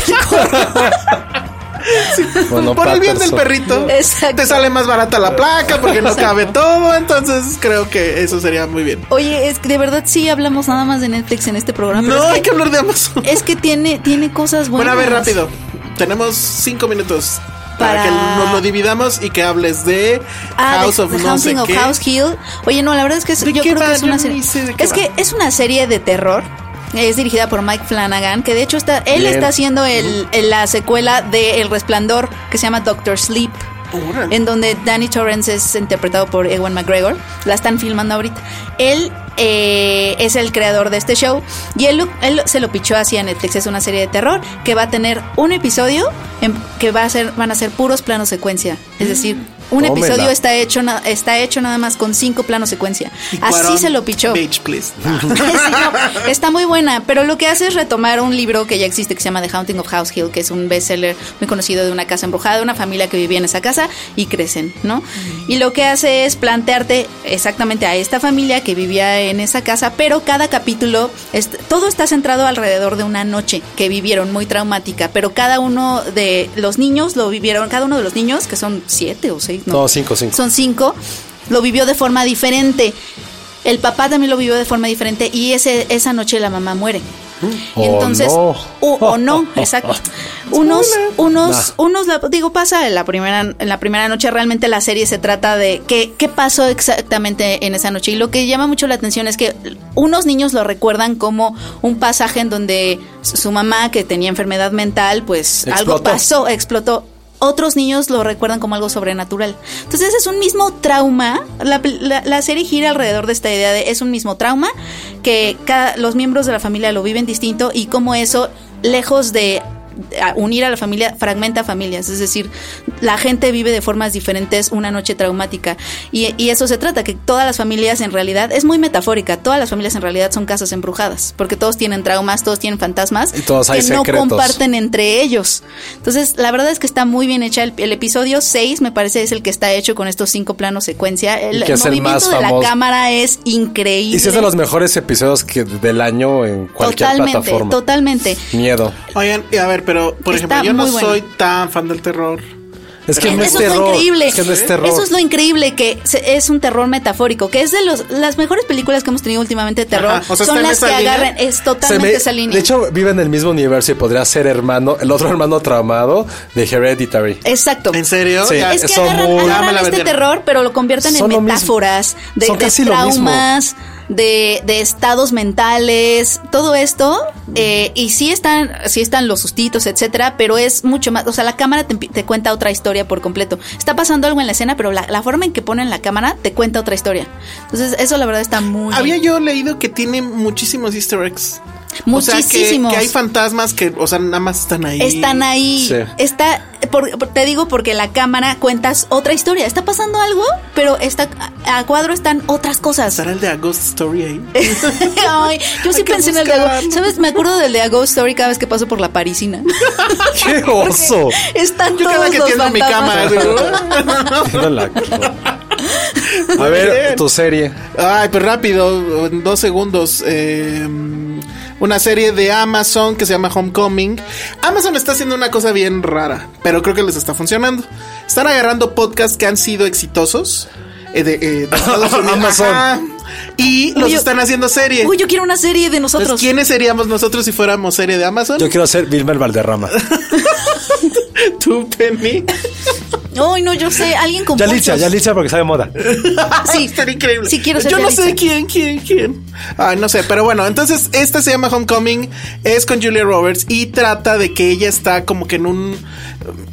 Speaker 5: Bueno,
Speaker 4: por el bien del
Speaker 5: Patterson.
Speaker 4: perrito.
Speaker 3: Exacto.
Speaker 4: Te sale más barata la placa porque no cabe todo. Entonces creo que eso sería muy bien.
Speaker 3: Oye, es que de verdad sí hablamos nada más de Netflix en este programa. pero
Speaker 4: No,
Speaker 3: es
Speaker 4: hay que hablar de Amazon.
Speaker 3: Es que tiene, tiene cosas buenas.
Speaker 4: Bueno, a ver, rápido. Tenemos cinco minutos para,
Speaker 3: Para-
Speaker 4: que nos lo dividamos y que hables de
Speaker 3: Ah,
Speaker 4: House
Speaker 3: The-
Speaker 4: of
Speaker 3: The
Speaker 4: no sé
Speaker 3: Haunting of
Speaker 4: qué.
Speaker 3: House Hill. Oye, no, la verdad es que es-
Speaker 4: ¿De
Speaker 3: yo
Speaker 4: qué
Speaker 3: creo
Speaker 4: va?
Speaker 3: que es
Speaker 4: Yo
Speaker 3: una
Speaker 4: ni
Speaker 3: serie.
Speaker 4: sé de qué
Speaker 3: Es
Speaker 4: va.
Speaker 3: que es una serie de terror. Es dirigida por Mike Flanagan, que de hecho está, él
Speaker 5: Bien.
Speaker 3: está haciendo el- el- la secuela de El Resplandor, que se llama Doctor Sleep,
Speaker 4: Órale.
Speaker 3: en donde Danny Torrance es interpretado por Ewan McGregor. La están filmando ahorita. Él eh, es el creador de este show y él, lo- él se lo pichó hacia Netflix. Es una serie de terror que va a tener un episodio en- que va a ser, van a ser puros planos secuencia. Es decir, un
Speaker 5: Tómela.
Speaker 3: episodio está hecho, na- está hecho nada más con cinco planos secuencia.
Speaker 4: Y
Speaker 3: Así
Speaker 4: Cuarón,
Speaker 3: se lo pichó.
Speaker 4: Bitch, please.
Speaker 3: Sí, no, está muy buena, pero lo que hace es retomar un libro que ya existe que se llama The Haunting of House Hill, que es un bestseller muy conocido de una casa embrujada, de una familia que vivía en esa casa y crecen, ¿no? Y lo que hace es plantearte exactamente a esta familia que vivía en esa casa, pero cada capítulo, es- todo está centrado alrededor de una noche que vivieron muy traumática, pero cada uno de los niños lo vivieron, cada uno de los niños, que son siete o seis, ¿no?
Speaker 5: No, cinco, cinco.
Speaker 3: Son cinco, lo vivió de forma diferente. El papá también lo vivió de forma diferente y ese, esa noche la mamá muere. Y
Speaker 5: Oh,
Speaker 3: entonces,
Speaker 5: no.
Speaker 3: u- o no, exacto. Unos, unos,
Speaker 5: Nah.
Speaker 3: unos, la- digo, pasa en la primera, en la primera noche, realmente la serie se trata de qué, qué pasó exactamente en esa noche. Y lo que llama mucho la atención es que unos niños lo recuerdan como un pasaje en donde su su mamá, que tenía enfermedad mental, pues algo
Speaker 5: Explotó.
Speaker 3: pasó explotó, explotó. Otros niños lo recuerdan como algo sobrenatural. Entonces es un mismo trauma. La, pel- la- la serie gira alrededor de esta idea de es un mismo trauma que cada- los miembros de la familia lo viven distinto y cómo eso, lejos de de, a, unir a la familia, fragmenta familias. Es decir, la gente vive de formas diferentes una noche traumática. Y, y eso se trata, que todas las familias en realidad, es muy metafórica, todas las familias en realidad son casas embrujadas, porque todos tienen traumas, todos tienen fantasmas
Speaker 5: Y todos hay
Speaker 3: que no
Speaker 5: secretos.
Speaker 3: comparten comparten entre ellos. Entonces, la verdad es que está muy bien hecha. El, el episodio 6, me parece, es el que está hecho con estos cinco planos secuencia. El,
Speaker 5: Y que es el
Speaker 3: movimiento
Speaker 5: más
Speaker 3: de la
Speaker 5: famoso.
Speaker 3: cámara es increíble.
Speaker 5: Y si es de los mejores episodios que del año en cualquier
Speaker 3: totalmente,
Speaker 5: plataforma.
Speaker 3: totalmente.
Speaker 5: Miedo.
Speaker 4: Oigan, y a ver, pero por
Speaker 3: Está
Speaker 4: ejemplo, yo no
Speaker 3: muy bueno.
Speaker 4: soy tan fan del terror.
Speaker 5: Es que
Speaker 3: Eh,
Speaker 5: no es
Speaker 3: Eso es
Speaker 5: terror.
Speaker 3: lo increíble.
Speaker 5: Es que no es terror.
Speaker 3: Eso es lo increíble que se- es un terror metafórico, que es de los las mejores películas que hemos tenido últimamente de terror.
Speaker 4: Ajá. O sea,
Speaker 3: Son
Speaker 4: está en
Speaker 3: las
Speaker 4: esa
Speaker 3: que
Speaker 4: línea.
Speaker 3: agarran es
Speaker 5: Se
Speaker 3: totalmente
Speaker 5: me-
Speaker 3: esa línea.
Speaker 5: De hecho, vive en el mismo universo y podría ser hermano, el otro hermano traumado de Hereditary.
Speaker 3: Exacto.
Speaker 4: ¿En serio?
Speaker 5: Sí.
Speaker 4: Ya-
Speaker 3: Es que
Speaker 5: Son
Speaker 3: agarran,
Speaker 5: muy-
Speaker 3: agarran
Speaker 4: Ya me la
Speaker 3: este
Speaker 4: vendieron.
Speaker 3: terror, pero lo convierten
Speaker 5: Son lo
Speaker 3: en
Speaker 5: mismo.
Speaker 3: metáforas de,
Speaker 5: Son
Speaker 3: de
Speaker 5: casi lo mismo.
Speaker 3: traumas, de, de estados mentales, todo esto. eh, y sí están, sí están los sustitos, etcétera, pero es mucho más. O sea, la cámara te, empie- te cuenta otra historia por completo. Está pasando algo en la escena, pero la, la forma en que ponen la cámara te cuenta otra historia. Entonces, eso la verdad está muy.
Speaker 4: Había
Speaker 3: bien.
Speaker 4: yo leído que tiene muchísimos easter eggs.
Speaker 3: Muchísimos.
Speaker 4: O sea, que- que, hay fantasmas que, o sea, nada más están ahí.
Speaker 3: Están ahí.
Speaker 5: Sí.
Speaker 3: Está, por- por- te digo porque la cámara cuentas otra historia. Está pasando algo, pero está, a, a cuadro están otras cosas.
Speaker 4: ¿Será el de A Ghost Story ahí?
Speaker 3: Ay, yo sí
Speaker 4: Hay que
Speaker 3: pensé en el de A
Speaker 4: buscarlo.
Speaker 3: Ghost. ¿Sabes? Me acuerdo del de A Ghost Story cada vez que paso por la parisina.
Speaker 5: ¡Qué oso!
Speaker 3: Están
Speaker 4: Yo cada
Speaker 3: todos
Speaker 4: que
Speaker 3: los
Speaker 4: tiendo mi
Speaker 3: fantasmas.
Speaker 4: cama. digo,
Speaker 5: Tiene la- A
Speaker 4: bien.
Speaker 5: ver, tu serie.
Speaker 4: Ay, pues rápido, en dos segundos. eh, una serie de Amazon que se llama Homecoming. Amazon está haciendo una cosa bien rara, pero creo que les está funcionando. Están agarrando podcasts que han sido exitosos. eh, de, eh, de Estados Unidos.
Speaker 5: Amazon.
Speaker 4: Ajá. y los
Speaker 3: Uy,
Speaker 4: están haciendo serie.
Speaker 3: Uy, yo quiero una serie de nosotros.
Speaker 4: Entonces, ¿quiénes seríamos nosotros si fuéramos serie de Amazon?
Speaker 5: Yo quiero ser Vilmer Valderrama.
Speaker 4: Tú, Penny.
Speaker 3: Ay, no, yo sé. Alguien con
Speaker 5: Ya Licha,
Speaker 3: pulsos.
Speaker 5: ya Licha porque sabe moda.
Speaker 3: Sí.
Speaker 4: Está increíble.
Speaker 3: Sí, quiero ser
Speaker 4: Yo no
Speaker 3: Yalitza.
Speaker 4: sé quién, quién, quién. Ay, no sé, pero bueno, entonces esta se llama Homecoming, es con Julia Roberts y trata de que ella está como que en un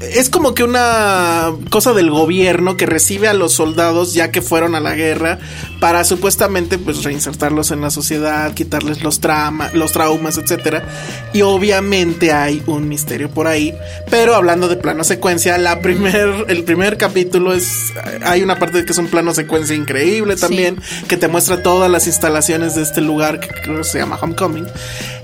Speaker 4: es como que una cosa del gobierno que recibe a los soldados ya que fueron a la guerra para supuestamente pues reinsertarlos en la sociedad, quitarles los, trama, los traumas, etcétera. Y obviamente hay un misterio por ahí, pero hablando de plano secuencia, la primer el primer capítulo es hay una parte que es un plano secuencia increíble también que te muestra todas las instalaciones de este lugar que creo que se llama Homecoming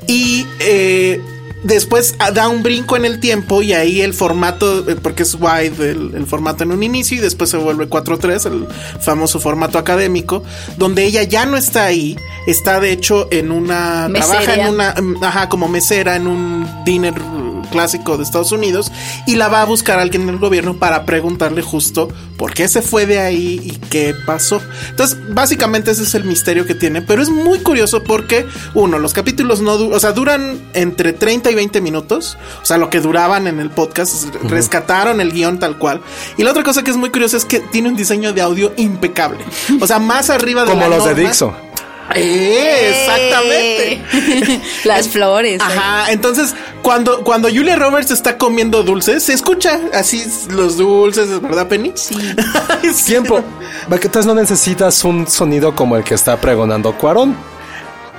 Speaker 4: y eh, Después ah, da un brinco en el tiempo y ahí el formato, eh, porque es wide el, el formato en un inicio y después se vuelve 4-3, el famoso formato académico, donde ella ya no está ahí, está de hecho en una... Trabaja en
Speaker 3: Mesera.
Speaker 4: una... mm, Ajá, como mesera en un dinner eh, clásico de Estados Unidos y la va a buscar alguien del gobierno para preguntarle justo por qué se fue de ahí y qué pasó. Entonces, básicamente ese es el misterio que tiene, pero es muy curioso porque, uno, los capítulos no, du- o sea, duran entre 30 y 20 minutos, o sea, lo que duraban en el podcast, rescataron el guión tal cual. Y la otra cosa que es muy curiosa es que tiene un diseño de audio impecable, o sea, más arriba de
Speaker 5: Como
Speaker 4: la
Speaker 5: los de
Speaker 4: norma.
Speaker 5: Dixo.
Speaker 4: Eh, exactamente.
Speaker 3: Las flores.
Speaker 4: Ajá, entonces cuando, cuando Julia Roberts está comiendo dulces, se escucha así los dulces, ¿verdad, Penny? Sí.
Speaker 5: Tiempo. Baquetas no necesitas un sonido como el que está pregonando Cuarón.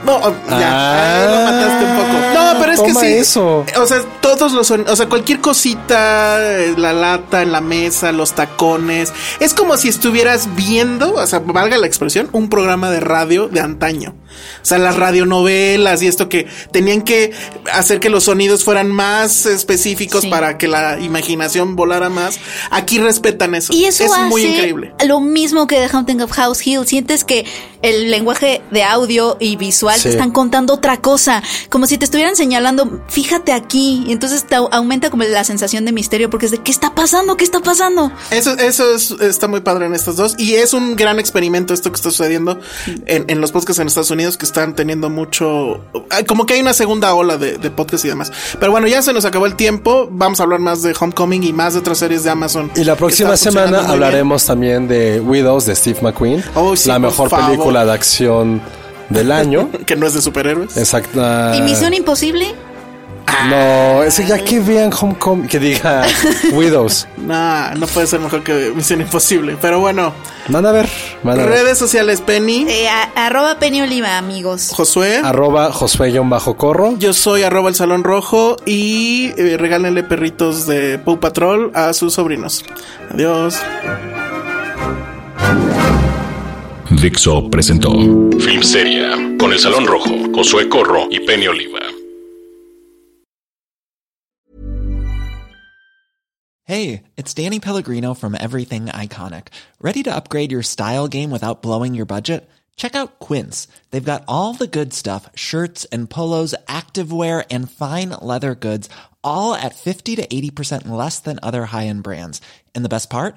Speaker 4: No, ya,
Speaker 5: Ah,
Speaker 4: ahí lo mataste un poco. No, pero es que
Speaker 5: toma
Speaker 4: sí.
Speaker 5: eso.
Speaker 4: O sea, todos los son- o sea, cualquier cosita, eh, la lata en la mesa, los tacones, es como si estuvieras viendo, o sea, valga la expresión, un programa de radio de antaño. O sea, las radionovelas y esto que tenían que hacer que los sonidos fueran más específicos
Speaker 3: Sí.
Speaker 4: para que la imaginación volara más. Aquí respetan eso.
Speaker 3: Y eso
Speaker 4: es
Speaker 3: hace
Speaker 4: muy increíble.
Speaker 3: lo mismo que The Haunting of House Hill. Sientes que el lenguaje de audio y visual
Speaker 5: Sí.
Speaker 3: te están contando otra cosa, como si te estuvieran señalando, fíjate aquí. Y entonces te au- aumenta como la sensación de misterio porque es de qué está pasando, qué está pasando.
Speaker 4: Eso, eso es- está muy padre en estas dos. Y es un gran experimento esto que está sucediendo en, en los podcasts en Estados Unidos que están teniendo mucho. ah, Como que hay una segunda ola de, de podcasts y demás. Pero bueno, ya se nos acabó el tiempo. Vamos a hablar más de Homecoming y más de otras series de Amazon.
Speaker 5: Y la próxima
Speaker 4: que están
Speaker 5: semana
Speaker 4: funcionando muy
Speaker 5: hablaremos también de Widows de Steve McQueen,
Speaker 4: Oh, sí,
Speaker 5: la
Speaker 4: por
Speaker 5: mejor
Speaker 4: favor.
Speaker 5: película de acción del año.
Speaker 4: bien, Que no es de superhéroes.
Speaker 5: Exacta.
Speaker 4: Ah.
Speaker 3: Y Misión Imposible,
Speaker 5: No, es que ya que vean Homecoming, que diga Widows.
Speaker 4: Nah, no puede ser mejor que Misión Imposible. Pero bueno,
Speaker 5: Van a ver, van a ver.
Speaker 4: redes sociales: Penny,
Speaker 3: eh, a- arroba Penny Oliva, amigos.
Speaker 4: Josué.
Speaker 5: Arroba Josué-Corro.
Speaker 4: Yo soy arroba el salón rojo y eh, regálenle perritos de Paw Patrol a sus sobrinos. Adiós.
Speaker 1: Dixo presentó Film Seria con El Salón Rojo, Josué Corro y Penny Oliva.
Speaker 6: Hey, it's Danny Pellegrino from Everything Iconic. Ready to upgrade your style game without blowing your budget? Check out Quince. They've got all the good stuff shirts and polos, activewear, and fine leather goods, all at 50 to 80% less than other high end brands. And the best part?